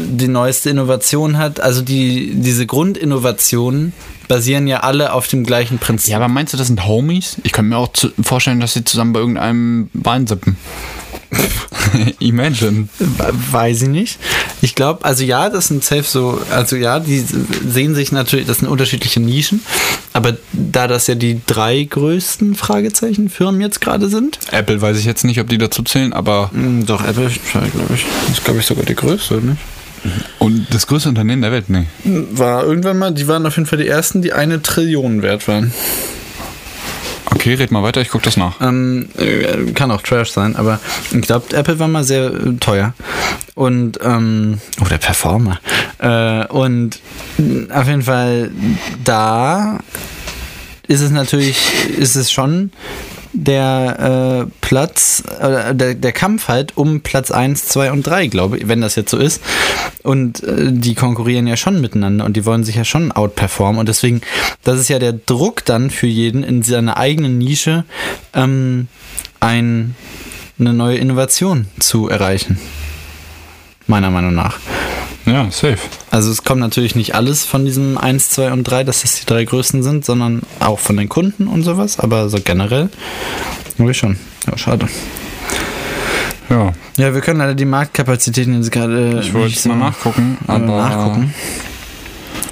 [SPEAKER 2] die neueste Innovation hat, also die, diese Grundinnovationen basieren ja alle auf dem gleichen Prinzip.
[SPEAKER 1] Ja, aber meinst du, das sind Homies? Ich könnte mir auch zu vorstellen, dass sie zusammen bei irgendeinem Wein sippen. Imagine.
[SPEAKER 2] We- Weiß ich nicht. Ich glaube, also ja, das sind safe so, also ja, die sehen sich natürlich, das sind unterschiedliche Nischen, aber da das ja die drei größten Fragezeichen Firmen jetzt gerade sind.
[SPEAKER 1] Apple weiß ich jetzt nicht, ob die dazu zählen, aber.
[SPEAKER 2] Hm, Doch, Apple, glaube ich. Ist, glaube ich, sogar die größte, ne?
[SPEAKER 1] Und das größte Unternehmen der Welt, nee.
[SPEAKER 2] War irgendwann mal, die waren auf jeden Fall die ersten, die eine Trillion wert waren.
[SPEAKER 1] Okay, red mal weiter, ich guck das nach.
[SPEAKER 2] Ähm, äh, kann auch Trash sein, aber ich glaube, Apple war mal sehr äh, teuer. Und, ähm, oder Performer. Äh, und mh, auf jeden Fall, da ist es natürlich, ist es schon der äh, Platz, äh, der, der Kampf halt um Platz 1, 2 und 3, glaube ich, wenn das jetzt so ist. Und äh, die konkurrieren ja schon miteinander und die wollen sich ja schon outperformen. Und deswegen, das ist ja der Druck dann für jeden in seiner eigenen Nische, ähm, ein, eine neue Innovation zu erreichen. Meiner Meinung nach.
[SPEAKER 1] Ja, safe.
[SPEAKER 2] Also es kommt natürlich nicht alles von diesem 1, 2 und 3, dass das die drei größten sind, sondern auch von den Kunden und sowas, aber so generell glaube ich schon. Ja, schade.
[SPEAKER 1] Ja,
[SPEAKER 2] Ja, wir können leider die Marktkapazitäten jetzt gerade äh,
[SPEAKER 1] ich wollte
[SPEAKER 2] nicht
[SPEAKER 1] es
[SPEAKER 2] so,
[SPEAKER 1] mal nachgucken,
[SPEAKER 2] äh,
[SPEAKER 1] aber.
[SPEAKER 2] nachgucken.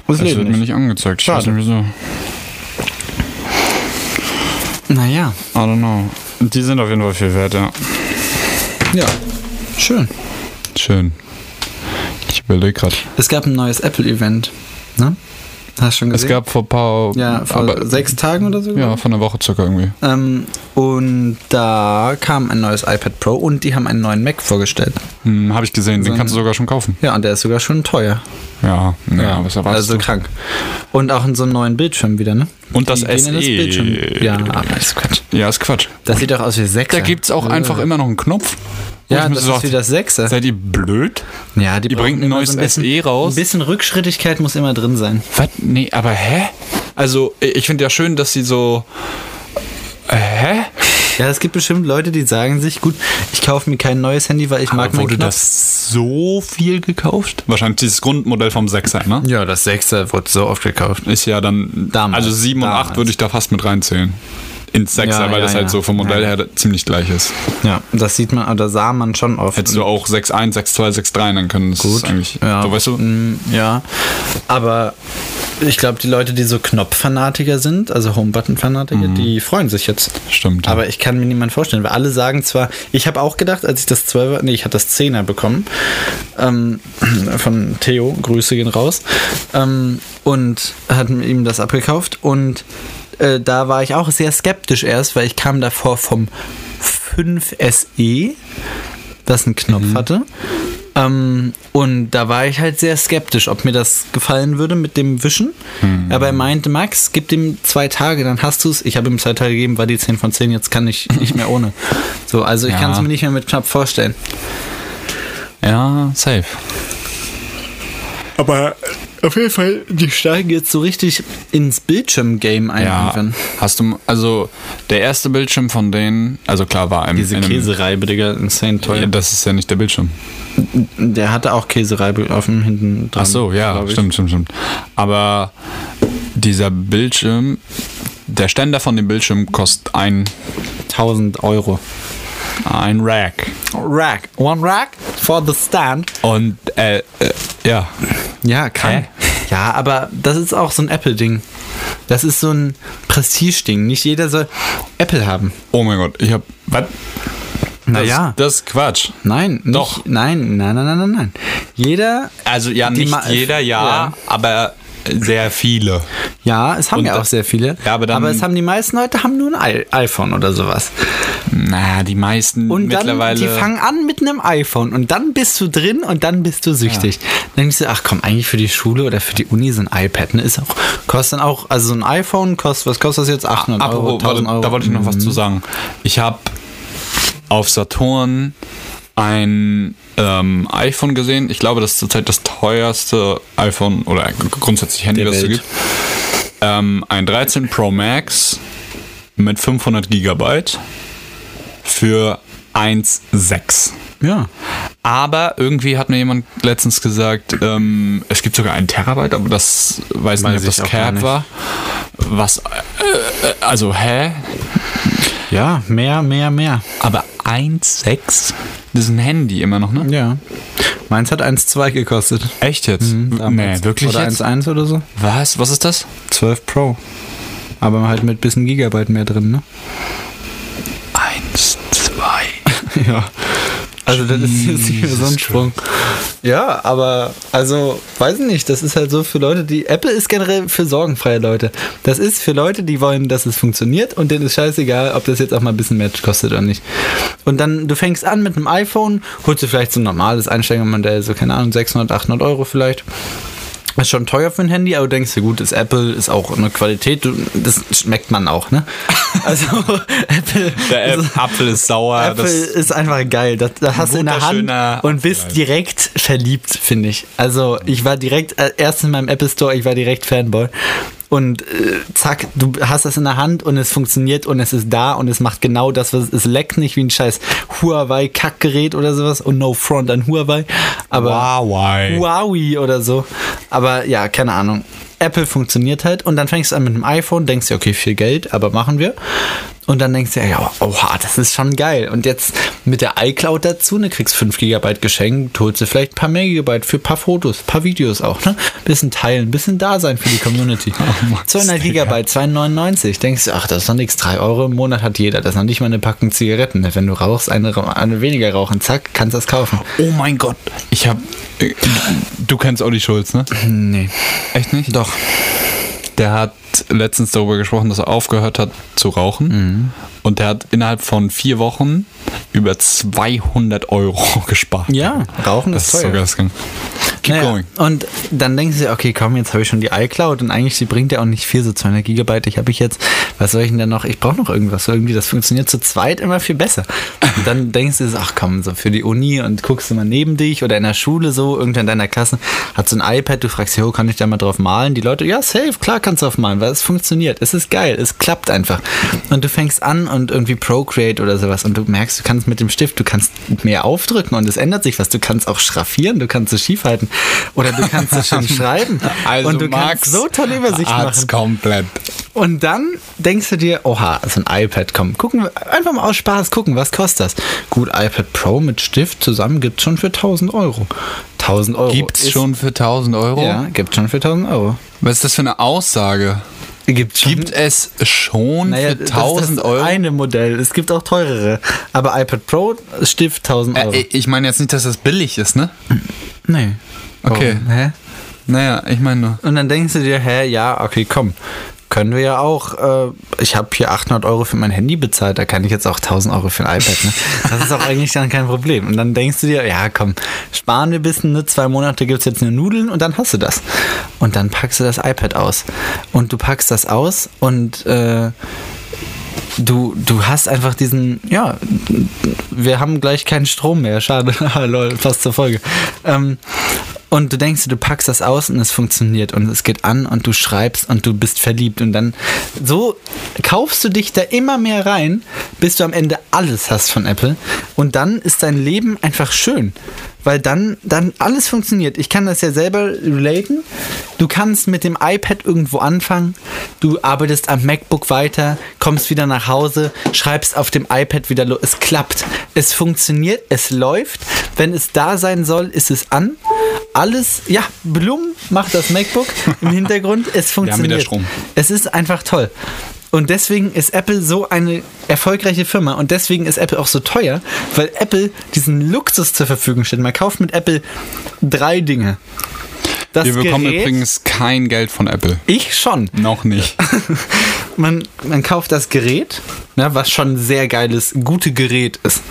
[SPEAKER 2] Das
[SPEAKER 1] Es wird
[SPEAKER 2] Leben
[SPEAKER 1] mir
[SPEAKER 2] nicht.
[SPEAKER 1] nicht angezeigt. Ich
[SPEAKER 2] Schade.
[SPEAKER 1] weiß nicht wieso.
[SPEAKER 2] Naja,
[SPEAKER 1] I don't know. Die sind auf jeden Fall viel wert, ja.
[SPEAKER 2] ja, schön.
[SPEAKER 1] Schön. Ich überlege gerade.
[SPEAKER 2] Es gab ein neues Apple-Event, ne? Hast du schon
[SPEAKER 1] Es
[SPEAKER 2] gesehen?
[SPEAKER 1] gab vor ein paar.
[SPEAKER 2] ja, vor
[SPEAKER 1] aber,
[SPEAKER 2] sechs Tagen oder so.
[SPEAKER 1] Ja, vor einer Woche circa irgendwie.
[SPEAKER 2] Ähm, und da kam ein neues iPad Pro und die haben einen neuen Mac vorgestellt.
[SPEAKER 1] Hm, Habe ich gesehen,
[SPEAKER 2] So
[SPEAKER 1] den
[SPEAKER 2] ein-
[SPEAKER 1] kannst du sogar schon kaufen.
[SPEAKER 2] Ja, und der ist sogar schon teuer.
[SPEAKER 1] Ja, ja, was erwartest
[SPEAKER 2] Also
[SPEAKER 1] du?
[SPEAKER 2] krank. Und auch in so einem neuen Bildschirm wieder, ne?
[SPEAKER 1] Und das E.
[SPEAKER 2] Die gehen in das
[SPEAKER 1] SE.
[SPEAKER 2] Bildschirm. Ja, aber ist Quatsch.
[SPEAKER 1] Ja, ist Quatsch.
[SPEAKER 2] Das sieht doch aus wie 6.
[SPEAKER 1] Da gibt's auch einfach immer noch einen Knopf. wo
[SPEAKER 2] Ja,
[SPEAKER 1] ich mir
[SPEAKER 2] das
[SPEAKER 1] so
[SPEAKER 2] ist wie
[SPEAKER 1] dachte,
[SPEAKER 2] das 6.
[SPEAKER 1] Seid ihr blöd?
[SPEAKER 2] Ja, die,
[SPEAKER 1] Ihr
[SPEAKER 2] brauchen
[SPEAKER 1] bringt ein
[SPEAKER 2] immer
[SPEAKER 1] neues
[SPEAKER 2] so ein bisschen,
[SPEAKER 1] SE
[SPEAKER 2] Ein
[SPEAKER 1] raus.
[SPEAKER 2] bisschen Rückschrittigkeit muss immer drin sein.
[SPEAKER 1] Was? Nee, aber hä? Also, ich finde ja schön, dass sie so Hä?
[SPEAKER 2] Ja, es gibt bestimmt Leute, die sagen sich, gut, ich kaufe mir kein neues Handy, weil ich mag
[SPEAKER 1] Aber
[SPEAKER 2] meinen
[SPEAKER 1] wurde
[SPEAKER 2] Knopf.
[SPEAKER 1] das so viel gekauft? Wahrscheinlich dieses Grundmodell vom 6er, ne?
[SPEAKER 2] Ja, das 6er wurde so oft gekauft.
[SPEAKER 1] Ist ja dann.
[SPEAKER 2] Damals.
[SPEAKER 1] Also 7 und
[SPEAKER 2] Damals.
[SPEAKER 1] 8 würde ich da fast mit reinzählen. Ins 6er,
[SPEAKER 2] Ja,
[SPEAKER 1] weil
[SPEAKER 2] ja,
[SPEAKER 1] das halt
[SPEAKER 2] ja.
[SPEAKER 1] so vom Modell
[SPEAKER 2] Ja.
[SPEAKER 1] her ziemlich gleich ist.
[SPEAKER 2] Ja, das sieht man oder sah man schon oft.
[SPEAKER 1] Hättest du auch 6.1, 6.2, 6.3, dann können es eigentlich.
[SPEAKER 2] Ja.
[SPEAKER 1] So, weißt du?
[SPEAKER 2] Mm, Ja. Aber ich glaube, die Leute, die so Knopffanatiker sind, also
[SPEAKER 1] Mhm.
[SPEAKER 2] Homebutton-Fanatiker, die freuen sich jetzt.
[SPEAKER 1] Stimmt. ja.
[SPEAKER 2] Aber ich kann mir niemand vorstellen, weil alle sagen zwar, ich habe auch gedacht, als ich das 12er, nee, ich hatte das 10er bekommen, ähm, von Theo, Grüße gehen raus, ähm, und hatten ihm das abgekauft und äh, da war ich auch sehr skeptisch erst, weil ich kam davor vom E 5 SE, das einen Knopf
[SPEAKER 1] Mhm.
[SPEAKER 2] hatte. Ähm, und da war ich halt sehr skeptisch, ob mir das gefallen würde mit dem Wischen.
[SPEAKER 1] Mhm.
[SPEAKER 2] Aber er meinte, Max, gib ihm zwei Tage, dann hast du es. Ich habe ihm zwei Tage gegeben, war die 10 von 10, jetzt kann ich nicht mehr ohne. So, also ich
[SPEAKER 1] Ja.
[SPEAKER 2] kann es mir nicht mehr mit Knopf vorstellen.
[SPEAKER 1] ja, safe.
[SPEAKER 2] Aber auf jeden Fall, die steigen jetzt so richtig ins Bildschirm-Game ein.
[SPEAKER 1] Ja,
[SPEAKER 2] irgendwann.
[SPEAKER 1] hast du, also der erste Bildschirm von denen, also klar war im,
[SPEAKER 2] Diese
[SPEAKER 1] in einem-
[SPEAKER 2] Käsereibe, Digga, insane
[SPEAKER 1] Ja,
[SPEAKER 2] teuer.
[SPEAKER 1] das ist ja nicht der Bildschirm.
[SPEAKER 2] Der hatte auch Käsereibe auf dem hinten dran.
[SPEAKER 1] Ach so, ja,
[SPEAKER 2] Ähm, glaub ich.
[SPEAKER 1] stimmt, stimmt, stimmt. Aber dieser Bildschirm, der Ständer von dem Bildschirm kostet ein,
[SPEAKER 2] 1000 Euro.
[SPEAKER 1] ein Rack.
[SPEAKER 2] Rack. One rack for the stand.
[SPEAKER 1] Und, äh, äh ja.
[SPEAKER 2] Ja, kann.
[SPEAKER 1] Hä?
[SPEAKER 2] Ja, aber das ist auch so ein Apple-Ding. Das ist so ein Prestige-Ding. Nicht jeder soll Apple haben.
[SPEAKER 1] Oh mein Gott, ich hab. Was?
[SPEAKER 2] Naja.
[SPEAKER 1] Das ist Quatsch.
[SPEAKER 2] Nein, nicht,
[SPEAKER 1] Doch.
[SPEAKER 2] Nein, nein, nein, nein, nein, nein. Jeder,
[SPEAKER 1] Also, ja,
[SPEAKER 2] Die
[SPEAKER 1] nicht
[SPEAKER 2] Ma-
[SPEAKER 1] jeder, ja,
[SPEAKER 2] Ja.
[SPEAKER 1] aber sehr viele.
[SPEAKER 2] ja, es haben
[SPEAKER 1] Und
[SPEAKER 2] ja
[SPEAKER 1] da-
[SPEAKER 2] auch sehr viele.
[SPEAKER 1] Ja, aber dann-
[SPEAKER 2] es haben die meisten Leute haben nur ein I iPhone oder sowas.
[SPEAKER 1] Na, die meisten
[SPEAKER 2] Und dann,
[SPEAKER 1] mittlerweile.
[SPEAKER 2] die fangen an mit einem iPhone und dann bist du drin und dann bist du süchtig. Dann denkst du, ach komm, eigentlich für die Schule oder für die Uni so ein iPad, ne, ist auch, kostet dann auch, also so ein iPhone kostet, was kostet das jetzt? 800 Euro,
[SPEAKER 1] Apropos,
[SPEAKER 2] 1000
[SPEAKER 1] warte,
[SPEAKER 2] Euro. Mhm.
[SPEAKER 1] da wollte ich noch was zu sagen. Ich habe auf Saturn ein ähm, iPhone gesehen. Ich glaube, das ist zurzeit das teuerste iPhone oder gr- grundsätzlich Handy,
[SPEAKER 2] Der
[SPEAKER 1] das es
[SPEAKER 2] Welt.
[SPEAKER 1] gibt. Ähm, ein 13 Pro Max mit 500 Gigabyte für 1,6.
[SPEAKER 2] Ja.
[SPEAKER 1] Aber irgendwie hat mir jemand letztens gesagt, ähm, es gibt sogar einen Terabyte, aber das weiß,
[SPEAKER 2] Weiß
[SPEAKER 1] nicht, ob
[SPEAKER 2] ich
[SPEAKER 1] das
[SPEAKER 2] auch gar
[SPEAKER 1] Cap
[SPEAKER 2] nicht.
[SPEAKER 1] war. Was, äh, äh, also hä?
[SPEAKER 2] Ja, mehr, mehr, mehr.
[SPEAKER 1] Aber 1,6? Das ist ein Handy immer noch, ne?
[SPEAKER 2] Ja. Meins hat 1,2 gekostet.
[SPEAKER 1] Echt jetzt? W-
[SPEAKER 2] Mhm, damals.
[SPEAKER 1] nee, wirklich
[SPEAKER 2] Oder
[SPEAKER 1] jetzt?
[SPEAKER 2] 1,1 oder so.
[SPEAKER 1] Was? Was ist das?
[SPEAKER 2] 12 Pro. Aber halt mit bisschen Gigabyte mehr drin, ne?
[SPEAKER 1] 1, 2.
[SPEAKER 2] ja. Also das ist jetzt nicht mehr so ein Sprung. Ja, aber also, weiß nicht, das ist halt so für Leute, die. Apple ist generell für sorgenfreie Leute. Das ist für Leute, die wollen, dass es funktioniert und denen ist scheißegal, ob das jetzt auch mal ein bisschen mehr kostet oder nicht. Und dann, du fängst an mit einem iPhone, holst du vielleicht so ein normales Einsteigermodell, so keine Ahnung, 600, 800 Euro vielleicht. Ist schon teuer für ein Handy, aber du denkst dir, gut, ist Apple, ist auch eine Qualität, du- das schmeckt man auch, ne? Also, Apple.
[SPEAKER 1] Der
[SPEAKER 2] ist-
[SPEAKER 1] Ap- Apfel ist sauer.
[SPEAKER 2] Apple
[SPEAKER 1] das,
[SPEAKER 2] ist einfach geil. Das, das hast du in der
[SPEAKER 1] wunderschöner
[SPEAKER 2] Hand und bist
[SPEAKER 1] Apfel.
[SPEAKER 2] direkt verliebt, finde ich. Also ich war direkt, äh, erst in meinem Apple Store, ich war direkt Fanboy. Und äh, zack, du hast das in der Hand und es funktioniert und es ist da und es macht genau das, was es, es leckt nicht wie ein scheiß Huawei-Kackgerät oder sowas und no front an Huawei. Aber
[SPEAKER 1] Huawei.
[SPEAKER 2] Huawei oder so. Aber ja, keine Ahnung. Apple funktioniert halt und dann fängst du an mit dem iPhone, denkst dir, okay, viel Geld, aber machen wir. Und dann denkst du, ja, oha, das ist schon geil. Und jetzt mit der iCloud dazu, ne, kriegst 5 GB geschenkt, holst du vielleicht ein paar mehr Gigabyte für ein paar Fotos, ein paar Videos auch, ne? Bisschen teilen, bisschen da sein für die Community.
[SPEAKER 1] Oh,
[SPEAKER 2] 200 GB, 2,99. Denkst du, ach, das ist doch nichts, 3 Euro im Monat hat jeder, das ist noch nicht mal eine Packung Zigaretten. ne? Wenn du rauchst, eine, ra- eine weniger rauchen, zack, kannst das kaufen.
[SPEAKER 1] Oh mein Gott. Ich hab. äh, Du kennst Olli Schulz, ne?
[SPEAKER 2] Nee.
[SPEAKER 1] Echt nicht?
[SPEAKER 2] Doch.
[SPEAKER 1] Der hat letztens darüber gesprochen, dass er aufgehört hat zu rauchen.
[SPEAKER 2] Mhm.
[SPEAKER 1] Und der hat innerhalb von vier Wochen über 200 Euro gespart.
[SPEAKER 2] Ja, Rauchen
[SPEAKER 1] Das
[SPEAKER 2] ist
[SPEAKER 1] ist
[SPEAKER 2] teuer.
[SPEAKER 1] sogar das Gang. Keep
[SPEAKER 2] Naja,
[SPEAKER 1] going.
[SPEAKER 2] Und dann denken sie, okay, komm, jetzt habe ich schon die iCloud und eigentlich die bringt ja auch nicht viel, so 200 Gigabyte. Ich habe ich jetzt, was soll ich denn da noch? Ich brauche noch irgendwas. So irgendwie, das funktioniert zu zweit immer viel besser. Und dann denkst du, so, ach komm, so für die Uni und guckst immer neben dich oder in der Schule so, irgendwer in deiner Klasse hat so ein iPad, du fragst, jo, kann ich da mal drauf malen? Die Leute, ja, safe, klar kannst du drauf malen, weil es funktioniert. Es ist geil, es klappt einfach. Und du fängst an und irgendwie Procreate oder sowas und du merkst, du kannst mit dem Stift, du kannst mehr aufdrücken und es ändert sich was. Du kannst auch schraffieren, du kannst es schief halten oder du kannst es schon schreiben.
[SPEAKER 1] Also
[SPEAKER 2] und du
[SPEAKER 1] Max
[SPEAKER 2] kannst so tolle Übersicht
[SPEAKER 1] hat's
[SPEAKER 2] machen.
[SPEAKER 1] komplett.
[SPEAKER 2] Und dann denkst du dir, oha, so ein iPad, komm, gucken wir einfach mal aus Spaß, gucken, was kostet das? Gut, iPad Pro mit Stift zusammen gibt's schon für 1000 Euro. 1000 Euro.
[SPEAKER 1] Gibt's
[SPEAKER 2] ist-
[SPEAKER 1] schon für 1000 Euro?
[SPEAKER 2] Ja, gibt's schon für 1000 Euro.
[SPEAKER 1] Was ist das für eine Aussage?
[SPEAKER 2] Gibt's schon.
[SPEAKER 1] Gibt es schon
[SPEAKER 2] Mhm. Naja,
[SPEAKER 1] für 1000
[SPEAKER 2] das ist das
[SPEAKER 1] Euro?
[SPEAKER 2] eine Modell. Es gibt auch teurere. Aber iPad Pro, Stift 1000 Euro.
[SPEAKER 1] Äh, ich meine jetzt nicht, dass das billig ist, ne?
[SPEAKER 2] nee.
[SPEAKER 1] Okay.
[SPEAKER 2] Warum? Oh, Hä?
[SPEAKER 1] Naja, ich meine nur.
[SPEAKER 2] Und dann denkst du dir, hä, ja, okay, komm. Können wir ja auch. Äh, ich habe hier 800 Euro für mein Handy bezahlt, da kann ich jetzt auch 1000 Euro für ein iPad. Ne? Das ist auch eigentlich dann kein Problem. Und dann denkst du dir, ja, komm, sparen wir ein bisschen, ne? zwei Monate gibt es jetzt nur Nudeln und dann hast du das. Und dann packst du das iPad aus. Und du packst das aus und. Äh, du, du hast einfach diesen, ja, wir haben gleich keinen Strom mehr, schade, Ah, lol, fast zur Folge. Ähm, und du denkst, du packst das aus und es funktioniert und es geht an und du schreibst und du bist verliebt und dann so kaufst du dich da immer mehr rein, bis du am Ende alles hast von Apple und dann ist dein Leben einfach schön, weil dann, dann alles funktioniert. Ich kann das ja selber relaten. Du kannst mit dem iPad irgendwo anfangen. Du arbeitest am MacBook weiter, kommst wieder nach Hause, schreibst auf dem iPad wieder los. Es klappt. Es funktioniert. Es läuft. Wenn es da sein soll, ist es an. Alles, ja, Blum macht das MacBook im Hintergrund. Es
[SPEAKER 1] wieder
[SPEAKER 2] funktioniert.
[SPEAKER 1] Strom.
[SPEAKER 2] Es ist einfach toll. Und deswegen ist Apple so eine erfolgreiche Firma und deswegen ist Apple auch so teuer, weil Apple diesen Luxus zur Verfügung stellt. Man kauft mit Apple drei Dinge. Das
[SPEAKER 1] Wir bekommen
[SPEAKER 2] Gerät,
[SPEAKER 1] übrigens kein Geld von Apple.
[SPEAKER 2] ich schon.
[SPEAKER 1] Noch nicht.
[SPEAKER 2] Man, man kauft das Gerät, ne, was schon ein sehr geiles, gute Gerät ist.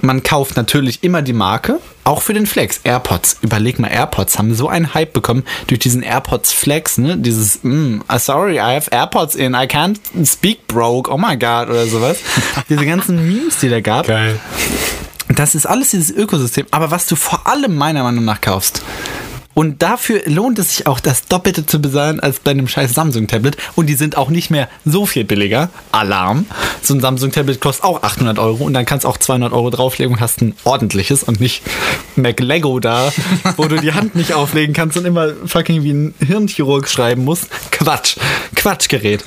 [SPEAKER 2] Man kauft natürlich immer die Marke, auch für den Flex. AirPods, überleg mal, AirPods haben so einen Hype bekommen durch diesen AirPods Flex, ne? Dieses, mm, ah, sorry, I have AirPods in, I can't speak broke, oh my god, oder sowas. Diese ganzen Memes, die da gab.
[SPEAKER 1] Geil.
[SPEAKER 2] Das ist alles dieses Ökosystem. Aber was du vor allem meiner Meinung nach kaufst, und dafür lohnt es sich auch, das Doppelte zu bezahlen als bei einem scheiß Samsung-Tablet. Und die sind auch nicht mehr so viel billiger. Alarm. So ein Samsung-Tablet kostet auch 800 Euro und dann kannst du auch 200 Euro drauflegen und hast ein ordentliches und nicht MacLego da, wo du die Hand nicht auflegen kannst und immer fucking wie ein Hirnchirurg schreiben musst. Quatsch. Quatschgerät.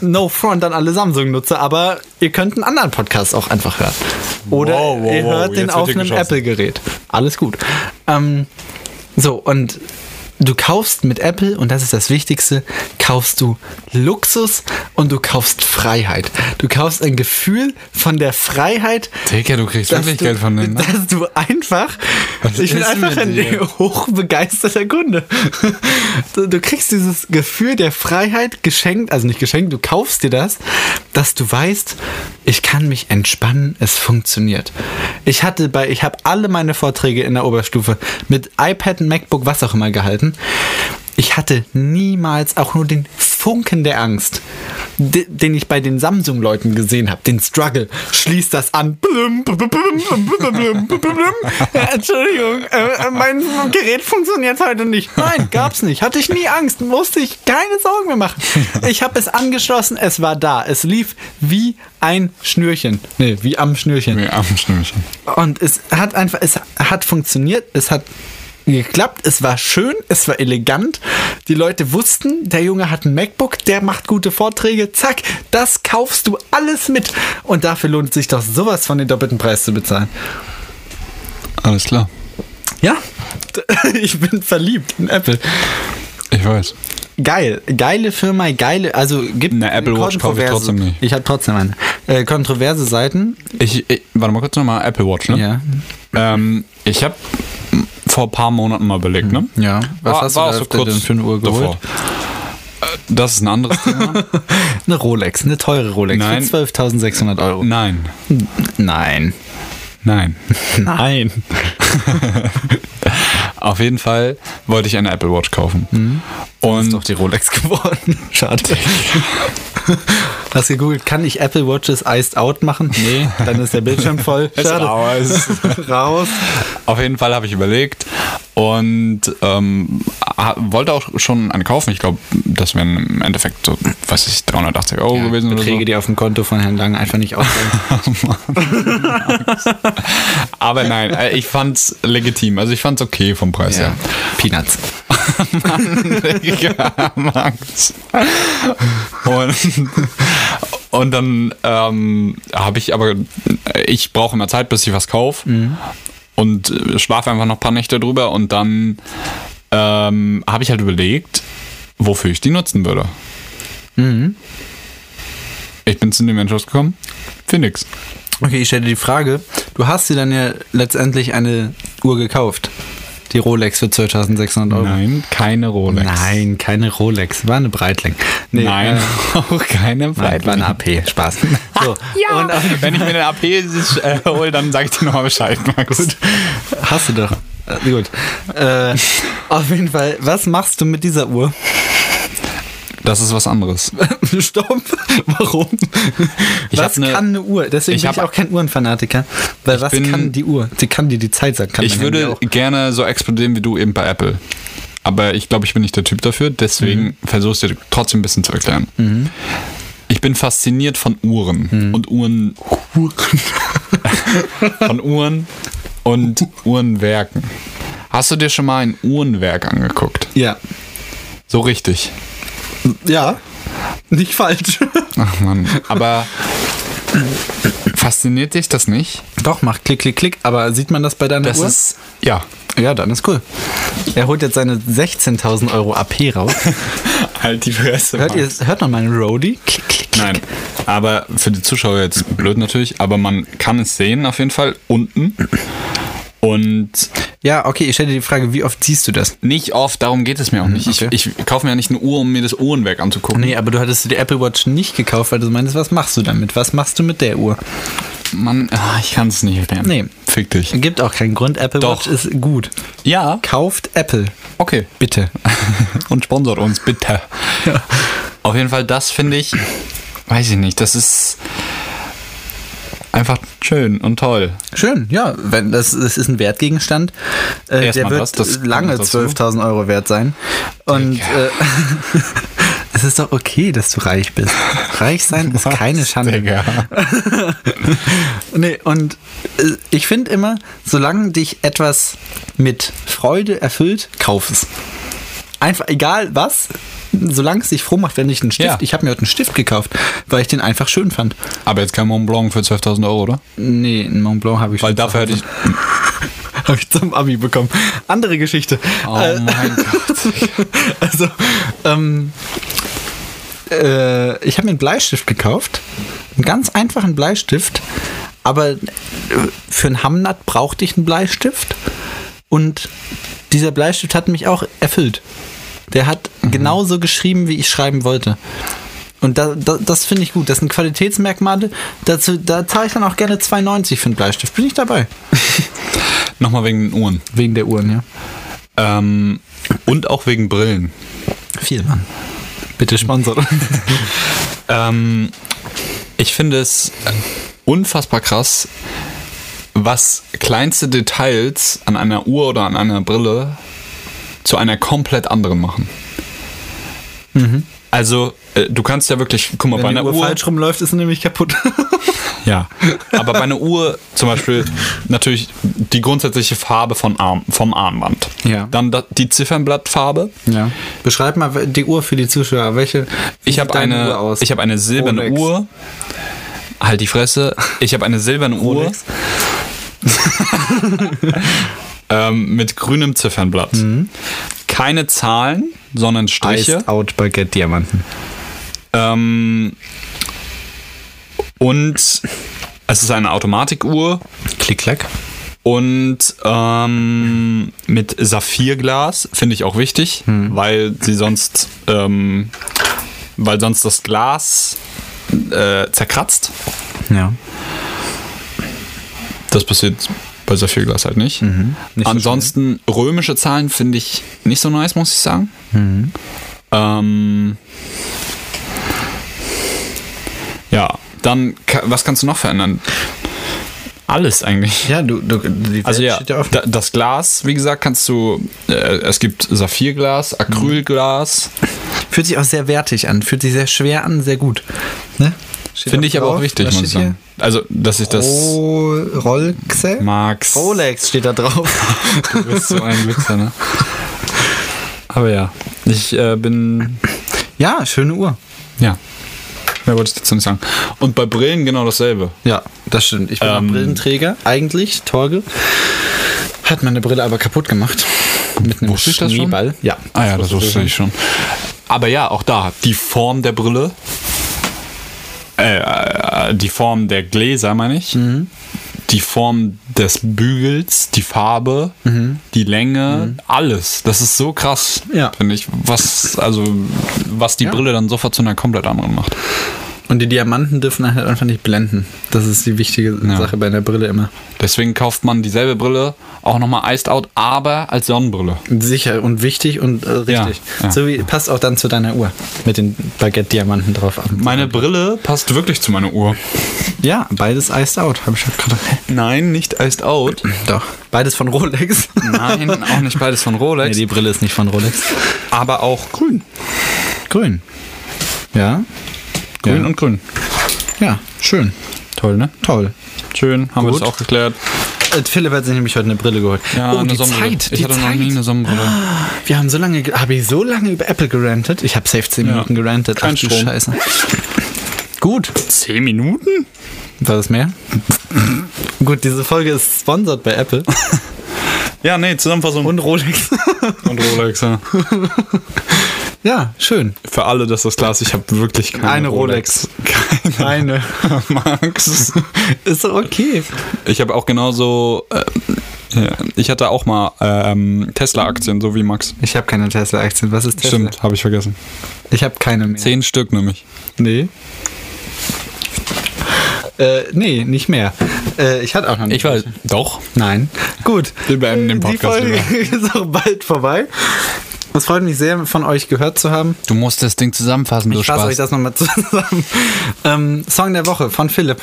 [SPEAKER 2] No front an alle Samsung-Nutzer, aber ihr könnt einen anderen Podcast auch einfach hören. Oder
[SPEAKER 1] Wow, wow,
[SPEAKER 2] ihr
[SPEAKER 1] wow,
[SPEAKER 2] hört
[SPEAKER 1] jetzt
[SPEAKER 2] den
[SPEAKER 1] wird
[SPEAKER 2] auf
[SPEAKER 1] hier
[SPEAKER 2] einem
[SPEAKER 1] geschossen.
[SPEAKER 2] Apple-Gerät. Alles gut. Ähm, so, und du kaufst mit Apple, und das ist das Wichtigste, kaufst du Luxus und du kaufst Freiheit. Du kaufst ein Gefühl von der Freiheit,
[SPEAKER 1] Digga, du kriegst
[SPEAKER 2] dass,
[SPEAKER 1] wirklich
[SPEAKER 2] du,
[SPEAKER 1] Geld von denen. ne?
[SPEAKER 2] dass du einfach,
[SPEAKER 1] Was
[SPEAKER 2] ich bin
[SPEAKER 1] ist
[SPEAKER 2] einfach
[SPEAKER 1] mit
[SPEAKER 2] ein
[SPEAKER 1] dir?
[SPEAKER 2] hochbegeisterter Kunde. Du, du kriegst dieses Gefühl der Freiheit geschenkt, also nicht geschenkt, du kaufst dir das, dass du weißt, ich kann mich entspannen, es funktioniert. Ich hatte bei, ich habe alle meine Vorträge in der Oberstufe mit iPad, MacBook, was auch immer gehalten. Ich hatte niemals auch nur den Funken der Angst, de- den ich bei den Samsung-Leuten gesehen habe. Den Struggle. Schließ das an. Blum, blum, blum, blum, blum, blum, blum, blum. Äh, Entschuldigung, äh, äh, mein Gerät funktioniert heute nicht. Nein, gab's nicht. Hatte ich nie Angst. Musste ich keine Sorgen mehr machen. Ich habe es angeschlossen. Es war da. Es lief wie ein Schnürchen. Nee, wie am Schnürchen.
[SPEAKER 1] Nee, Affenstimmchen.
[SPEAKER 2] Und es hat einfach, es hat funktioniert, es hat geklappt, es war schön, es war elegant. Die Leute wussten, der Junge hat ein MacBook, der macht gute Vorträge, zack, das kaufst du alles mit. Und dafür lohnt sich doch sowas von den doppelten Preis zu bezahlen.
[SPEAKER 1] Alles klar.
[SPEAKER 2] Ja, ich bin verliebt in Apple.
[SPEAKER 1] Ich weiß.
[SPEAKER 2] Geil, geile Firma, geile, also gibt
[SPEAKER 1] Eine Apple Watch kaufe ich
[SPEAKER 2] kontroverse-
[SPEAKER 1] trotzdem nicht.
[SPEAKER 2] Ich habe trotzdem eine. Äh, kontroverse Seiten.
[SPEAKER 1] Ich, ich, warte mal kurz nochmal, Apple Watch, ne?
[SPEAKER 2] Ja.
[SPEAKER 1] Ähm, ich habe vor ein paar Monaten mal belegt, ne?
[SPEAKER 2] Hm, Ja. Was
[SPEAKER 1] war, war
[SPEAKER 2] hast du da
[SPEAKER 1] auch so
[SPEAKER 2] auf der
[SPEAKER 1] kurz
[SPEAKER 2] denn für eine Uhr
[SPEAKER 1] davor.
[SPEAKER 2] geholt?
[SPEAKER 1] Äh, Das ist ein anderes Thema.
[SPEAKER 2] Eine Rolex, eine teure Rolex
[SPEAKER 1] Nein.
[SPEAKER 2] für 12.600 Euro.
[SPEAKER 1] Nein.
[SPEAKER 2] Nein.
[SPEAKER 1] Nein.
[SPEAKER 2] Nein.
[SPEAKER 1] Auf jeden Fall wollte ich eine Apple Watch kaufen. Und
[SPEAKER 2] Hm. Ist doch die Rolex geworden. Schade. Hast gegoogelt, kann ich Apple Watches iced out machen? Nee, dann ist der Bildschirm voll.
[SPEAKER 1] Ist raus.
[SPEAKER 2] Raus.
[SPEAKER 1] Auf jeden Fall habe ich überlegt und ähm, ha- wollte auch schon eine kaufen. Ich glaube, das wären im Endeffekt so, weiß ich, 380 Euro gewesen oder
[SPEAKER 2] Beträge,
[SPEAKER 1] so.
[SPEAKER 2] die auf dem Konto von Herrn Lang einfach nicht aussehen.
[SPEAKER 1] Aber nein, äh, ich fand's legitim. Also ich fand's okay vom Preis her.
[SPEAKER 2] Peanuts.
[SPEAKER 1] Ja, Max. Und, und dann ähm, habe ich aber, ich brauche immer Zeit, bis ich was kaufe und äh, schlafe einfach noch ein paar Nächte drüber und dann ähm, habe ich halt überlegt, wofür ich die nutzen würde. Ich bin zu dem Entschluss gekommen, für nix.
[SPEAKER 2] Okay, ich stelle dir die Frage. Du hast dir dann ja letztendlich eine Uhr gekauft. Die Rolex für 2600 Euro.
[SPEAKER 1] Nein, keine Rolex.
[SPEAKER 2] Nein, keine Rolex. War eine Breitling. Nee,
[SPEAKER 1] Nein,
[SPEAKER 2] äh,
[SPEAKER 1] auch keine
[SPEAKER 2] Nein, war
[SPEAKER 1] Breitband.
[SPEAKER 2] eine AP. Spaß. So. Und auf
[SPEAKER 1] Wenn ich mir den AP äh, hole, dann sage ich dir nochmal Bescheid, Max.
[SPEAKER 2] Hast du doch. Äh, gut. Äh, auf jeden Fall, was machst du mit dieser Uhr?
[SPEAKER 1] Das ist was anderes.
[SPEAKER 2] Stopp. Warum?
[SPEAKER 1] Ich
[SPEAKER 2] was
[SPEAKER 1] hab ne-
[SPEAKER 2] kann eine Uhr? Deswegen
[SPEAKER 1] ich
[SPEAKER 2] bin
[SPEAKER 1] hab-
[SPEAKER 2] ich auch kein Uhrenfanatiker. Weil was
[SPEAKER 1] bin-
[SPEAKER 2] kann die Uhr? Sie kann dir die Zeit sagen. Kann
[SPEAKER 1] Ich
[SPEAKER 2] mein Handy
[SPEAKER 1] würde
[SPEAKER 2] auch.
[SPEAKER 1] gerne so explodieren wie du eben bei Apple. Aber ich glaube, ich bin nicht der Typ dafür, deswegen versuche ich dir trotzdem ein bisschen zu erklären. Ich bin fasziniert von Uhren und Mhm. Uhren. von Uhren und Uhrenwerken. Hast du dir schon mal ein Uhrenwerk angeguckt?
[SPEAKER 2] Ja.
[SPEAKER 1] So richtig.
[SPEAKER 2] Ja. Nicht falsch.
[SPEAKER 1] Ach Mann. Aber fasziniert dich das nicht?
[SPEAKER 2] Doch, mach klick, klick, klick. Aber sieht man das bei deiner
[SPEAKER 1] Das
[SPEAKER 2] Uhr?
[SPEAKER 1] ist. Ja.
[SPEAKER 2] ja, dann ist cool. Er holt jetzt seine 16.000 Euro AP raus.
[SPEAKER 1] Halt die Fresse.
[SPEAKER 2] hört
[SPEAKER 1] Mann.
[SPEAKER 2] ihr, hört noch mal einen Roadie? Klick, klick, klick.
[SPEAKER 1] Nein, aber für die Zuschauer jetzt blöd natürlich, aber man kann es sehen auf jeden Fall unten. Und
[SPEAKER 2] Ja, okay, ich stelle dir die Frage, wie oft siehst du das?
[SPEAKER 1] nicht oft, darum geht es mir auch nicht.
[SPEAKER 2] okay.
[SPEAKER 1] Ich, ich kaufe mir ja nicht eine Uhr, um mir das Uhrenwerk anzugucken.
[SPEAKER 2] Nee, aber du hattest dir die Apple Watch nicht gekauft, weil du meinst, was machst du damit? Was machst du mit der Uhr?
[SPEAKER 1] Mann, ah, ich kann es nicht erklären.
[SPEAKER 2] Nee.
[SPEAKER 1] Fick dich.
[SPEAKER 2] Gibt auch keinen Grund. Apple
[SPEAKER 1] Doch.
[SPEAKER 2] Watch ist gut.
[SPEAKER 1] Ja,
[SPEAKER 2] Kauft Apple,
[SPEAKER 1] okay.
[SPEAKER 2] bitte.
[SPEAKER 1] Und sponsort uns, bitte. Auf jeden Fall, das finde ich, weiß ich nicht, das ist einfach schön und toll.
[SPEAKER 2] Schön, ja. Wenn das, das ist ein Wertgegenstand. Äh, der
[SPEAKER 1] Erstmal
[SPEAKER 2] wird
[SPEAKER 1] das, das kommt
[SPEAKER 2] lange
[SPEAKER 1] noch dazu.
[SPEAKER 2] 12.000 Euro wert sein. Und
[SPEAKER 1] Digga.
[SPEAKER 2] äh, es ist doch okay, dass du reich bist. Reich sein ist keine Schande.
[SPEAKER 1] Digga.
[SPEAKER 2] Nee, und äh, ich finde immer, solange dich etwas mit Freude erfüllt, kauf es. Einfach, egal was, solange es dich froh macht, wenn ich einen Stift,
[SPEAKER 1] Ja.
[SPEAKER 2] ich habe mir heute einen Stift gekauft, weil ich den einfach schön fand.
[SPEAKER 1] Aber jetzt kein Mont Blanc für 12.000 Euro, oder?
[SPEAKER 2] Nee, einen Mont Blanc habe ich,
[SPEAKER 1] Weil
[SPEAKER 2] schon-
[SPEAKER 1] dafür hätte ich
[SPEAKER 2] hab ich zum Abi bekommen. Andere Geschichte.
[SPEAKER 1] Oh mein Gott.
[SPEAKER 2] Also, ähm, äh, ich habe mir einen Bleistift gekauft. Einen ganz einfachen Bleistift. Aber äh, für einen Hamnat brauchte ich einen Bleistift. Und dieser Bleistift hat mich auch erfüllt. Der hat genauso geschrieben, wie ich schreiben wollte. Und da, da, das finde ich gut. Das sind Qualitätsmerkmale. Dazu, da zahle ich dann auch gerne 2,90 für einen Bleistift. Bin ich dabei.
[SPEAKER 1] Nochmal wegen den Uhren.
[SPEAKER 2] Wegen der Uhren, ja.
[SPEAKER 1] Ähm, und auch wegen Brillen.
[SPEAKER 2] Viel, Mann. Bitte sponsor.
[SPEAKER 1] Ähm, ich finde es unfassbar krass, was kleinste Details an einer Uhr oder an einer Brille zu einer komplett anderen machen.
[SPEAKER 2] Mhm.
[SPEAKER 1] Also, äh, du kannst ja wirklich, guck mal, bei einer Uhr
[SPEAKER 2] rumläuft, ist sie nämlich kaputt.
[SPEAKER 1] Ja. Aber bei einer Uhr zum Beispiel natürlich die grundsätzliche Farbe von Arm, vom Armband.
[SPEAKER 2] Ja.
[SPEAKER 1] Dann da, die Ziffernblattfarbe.
[SPEAKER 2] Ja. Beschreib mal die Uhr für die Zuschauer. Welche? wie
[SPEAKER 1] Ich
[SPEAKER 2] sieht
[SPEAKER 1] habe
[SPEAKER 2] deine Uhr
[SPEAKER 1] eine,
[SPEAKER 2] aus?
[SPEAKER 1] ich hab eine silberne
[SPEAKER 2] Rolex.
[SPEAKER 1] Uhr. Halt die Fresse. Ich habe eine silberne Uhr
[SPEAKER 2] Rolex?
[SPEAKER 1] ähm, mit grünem Ziffernblatt.
[SPEAKER 2] Mhm.
[SPEAKER 1] Keine Zahlen, sondern Striche.
[SPEAKER 2] Iced Out Baguette Diamanten.
[SPEAKER 1] Ähm, und es ist eine Automatikuhr
[SPEAKER 2] Klick, klack.
[SPEAKER 1] und ähm, mit Saphirglas finde ich auch wichtig,
[SPEAKER 2] Mhm.
[SPEAKER 1] weil sie sonst, ähm, weil sonst das Glas äh, zerkratzt.
[SPEAKER 2] Ja.
[SPEAKER 1] Das passiert bei Saphirglas halt nicht.
[SPEAKER 2] Mhm. Nicht so
[SPEAKER 1] Ansonsten römische Zahlen finde ich nicht so nice, muss ich sagen.
[SPEAKER 2] Mhm.
[SPEAKER 1] Ähm, ja, dann, ka- was kannst du noch verändern? Alles eigentlich.
[SPEAKER 2] Ja, du, du die Welt
[SPEAKER 1] Also ja,
[SPEAKER 2] steht ja offen.
[SPEAKER 1] da, das Glas, wie gesagt, kannst du, äh, es gibt
[SPEAKER 2] Mhm.
[SPEAKER 1] Saphirglas, Acrylglas,
[SPEAKER 2] Fühlt sich auch sehr wertig an, fühlt sich sehr schwer an, sehr gut. Ne? Steht
[SPEAKER 1] finde
[SPEAKER 2] auch
[SPEAKER 1] ich aber auch
[SPEAKER 2] drauf.
[SPEAKER 1] wichtig,
[SPEAKER 2] Was
[SPEAKER 1] muss ich
[SPEAKER 2] steht Oh.
[SPEAKER 1] sagen. Also, dass ich
[SPEAKER 2] hier?
[SPEAKER 1] das
[SPEAKER 2] Ro- Rolexe?
[SPEAKER 1] mag.
[SPEAKER 2] Rolex steht da drauf.
[SPEAKER 1] Du bist so ein Glückser, ne? Aber ja, ich äh, bin,
[SPEAKER 2] ja, schöne Uhr.
[SPEAKER 1] ja, mehr wollte ich dazu nicht sagen. Und bei Brillen genau dasselbe.
[SPEAKER 2] Ja, das stimmt. Ich bin
[SPEAKER 1] Ähm.
[SPEAKER 2] auch Brillenträger, eigentlich, Torge. Hat meine Brille aber kaputt gemacht. Mit einem
[SPEAKER 1] Wusste ich das schon?
[SPEAKER 2] Schneeball. Ja.
[SPEAKER 1] Ah ja, das wusste ich schon. Aber ja, auch da, die Form der Brille, äh, äh, die Form der Gläser, meine ich, die Form des Bügels, die Farbe, die Länge, alles. Das ist so krass,
[SPEAKER 2] Ja.
[SPEAKER 1] finde ich, was, also, was die
[SPEAKER 2] Ja.
[SPEAKER 1] Brille dann sofort zu einer komplett anderen macht.
[SPEAKER 2] Und die Diamanten dürfen halt einfach nicht blenden. Das ist die wichtige Sache bei einer Brille immer.
[SPEAKER 1] Deswegen kauft man dieselbe Brille auch nochmal iced out, aber als Sonnenbrille.
[SPEAKER 2] Sicher und wichtig und äh,
[SPEAKER 1] Ja,
[SPEAKER 2] richtig.
[SPEAKER 1] ja.
[SPEAKER 2] So wie passt auch dann zu deiner Uhr mit den Baguette-Diamanten drauf ab.
[SPEAKER 1] Meine Brille passt wirklich zu meiner Uhr.
[SPEAKER 2] Ja, beides iced out, habe ich ja gerade.
[SPEAKER 1] Nein, nicht iced out.
[SPEAKER 2] Doch. Beides von Rolex.
[SPEAKER 1] Nein, auch nicht beides von Rolex.
[SPEAKER 2] Nee, die Brille ist nicht von Rolex.
[SPEAKER 1] aber auch grün.
[SPEAKER 2] Grün. Ja.
[SPEAKER 1] Grün
[SPEAKER 2] Ja.
[SPEAKER 1] und grün.
[SPEAKER 2] Ja, schön.
[SPEAKER 1] Toll, ne?
[SPEAKER 2] Toll.
[SPEAKER 1] Schön, haben wir
[SPEAKER 2] Gut.
[SPEAKER 1] das auch geklärt.
[SPEAKER 2] Äh, Philipp hat sich nämlich heute eine Brille geholt. oh, die
[SPEAKER 1] Sonnenbrille.
[SPEAKER 2] Zeit,
[SPEAKER 1] Ich
[SPEAKER 2] die
[SPEAKER 1] hatte
[SPEAKER 2] Zeit.
[SPEAKER 1] noch nie eine Sonnenbrille.
[SPEAKER 2] Wir haben so lange, ge- habe ich so lange über Apple gerantet. Ich habe safe 10
[SPEAKER 1] Ja.
[SPEAKER 2] Minuten gerantet.
[SPEAKER 1] Kein
[SPEAKER 2] Ach, du
[SPEAKER 1] Strom.
[SPEAKER 2] Scheiße. Gut.
[SPEAKER 1] Zehn Minuten?
[SPEAKER 2] War das mehr? Gut, diese Folge ist sponsored bei Apple
[SPEAKER 1] Ja, nee, Zusammenfassung.
[SPEAKER 2] und Rolex.
[SPEAKER 1] und Rolex, ja.
[SPEAKER 2] ja, schön.
[SPEAKER 1] Für alle, dass das klar ist, ich habe wirklich keine
[SPEAKER 2] Eine Rolex. Keine.
[SPEAKER 1] Rolex. Max.
[SPEAKER 2] Ist doch okay.
[SPEAKER 1] Ich habe auch genauso. Äh, ja, ich hatte auch mal ähm, Tesla-Aktien, so wie Max.
[SPEAKER 2] Ich habe keine Tesla-Aktien. Was ist Tesla?
[SPEAKER 1] Stimmt, habe ich vergessen.
[SPEAKER 2] Ich habe keine mehr.
[SPEAKER 1] Zehn Stück nämlich.
[SPEAKER 2] Nee. Äh, nee, nicht mehr. Äh, ich hatte auch noch nicht.
[SPEAKER 1] Doch.
[SPEAKER 2] Nein. Gut.
[SPEAKER 1] Wir beenden den
[SPEAKER 2] Äh,
[SPEAKER 1] Podcast
[SPEAKER 2] Die Folge ist auch bald vorbei. Es freut mich sehr, von euch gehört zu haben.
[SPEAKER 1] Du musst das Ding zusammenfassen, du
[SPEAKER 2] Ich fasse euch das nochmal zusammen. Ähm, Song der Woche von Philipp.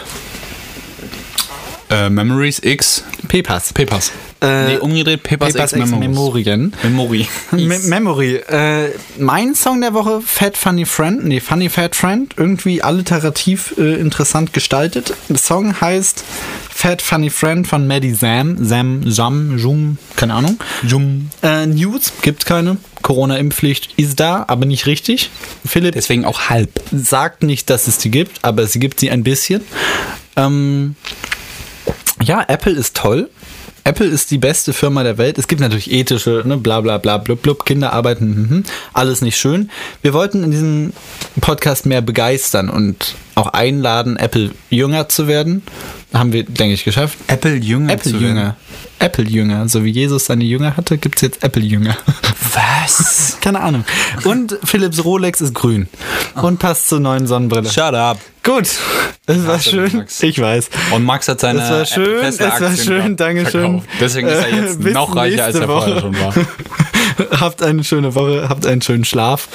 [SPEAKER 1] Äh, Memories X.
[SPEAKER 2] Pepas.
[SPEAKER 1] Pepas.
[SPEAKER 2] Äh,
[SPEAKER 1] nee, umgedreht Pepas,
[SPEAKER 2] Pepas
[SPEAKER 1] X
[SPEAKER 2] X
[SPEAKER 1] Memories.
[SPEAKER 2] Memorien.
[SPEAKER 1] Memory.
[SPEAKER 2] Me Memory. Äh, mein Song der Woche, Fat Funny Friend. Nee, Funny Fat Friend. Irgendwie alliterativ äh, interessant gestaltet. Der Song heißt Fat Funny Friend von Maddie Sam. Sam, Sam, Jum, keine Ahnung.
[SPEAKER 1] Jum.
[SPEAKER 2] Äh, News gibt keine. Corona-Impfpflicht ist da, aber nicht richtig. Philipp
[SPEAKER 1] Deswegen auch halb.
[SPEAKER 2] sagt nicht, dass es die gibt, aber es gibt sie ein bisschen. Ähm, ja, Apple ist toll. Apple ist die beste Firma der Welt. Es gibt natürlich ethische, ne, bla bla bla, blub, blub, Kinderarbeiten, mhm, alles nicht schön. Wir wollten in diesem Podcast mehr begeistern und auch einladen, Apple jünger zu werden. Haben wir, denke ich, geschafft.
[SPEAKER 1] Apple Jünger.
[SPEAKER 2] Apple Jünger. Apple Jünger. So wie Jesus seine Jünger hatte, gibt es jetzt Apple Jünger.
[SPEAKER 1] Was?
[SPEAKER 2] Keine Ahnung. Und Philips Rolex ist grün
[SPEAKER 1] Oh.
[SPEAKER 2] und passt zur neuen Sonnenbrille.
[SPEAKER 1] Shut up.
[SPEAKER 2] Gut, es war
[SPEAKER 1] Hast du den
[SPEAKER 2] schön.
[SPEAKER 1] Max?
[SPEAKER 2] Ich weiß.
[SPEAKER 1] Und Max hat seine
[SPEAKER 2] Es war schön, es war schön, danke schön.
[SPEAKER 1] Deswegen ist er jetzt
[SPEAKER 2] Äh, bis
[SPEAKER 1] noch reicher, als er
[SPEAKER 2] nächste
[SPEAKER 1] vorher
[SPEAKER 2] Woche.
[SPEAKER 1] schon war.
[SPEAKER 2] habt eine schöne Woche, habt einen schönen Schlaf,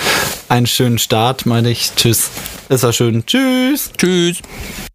[SPEAKER 2] einen schönen Start, meine ich. Tschüss. Es war schön. Tschüss.
[SPEAKER 1] Tschüss.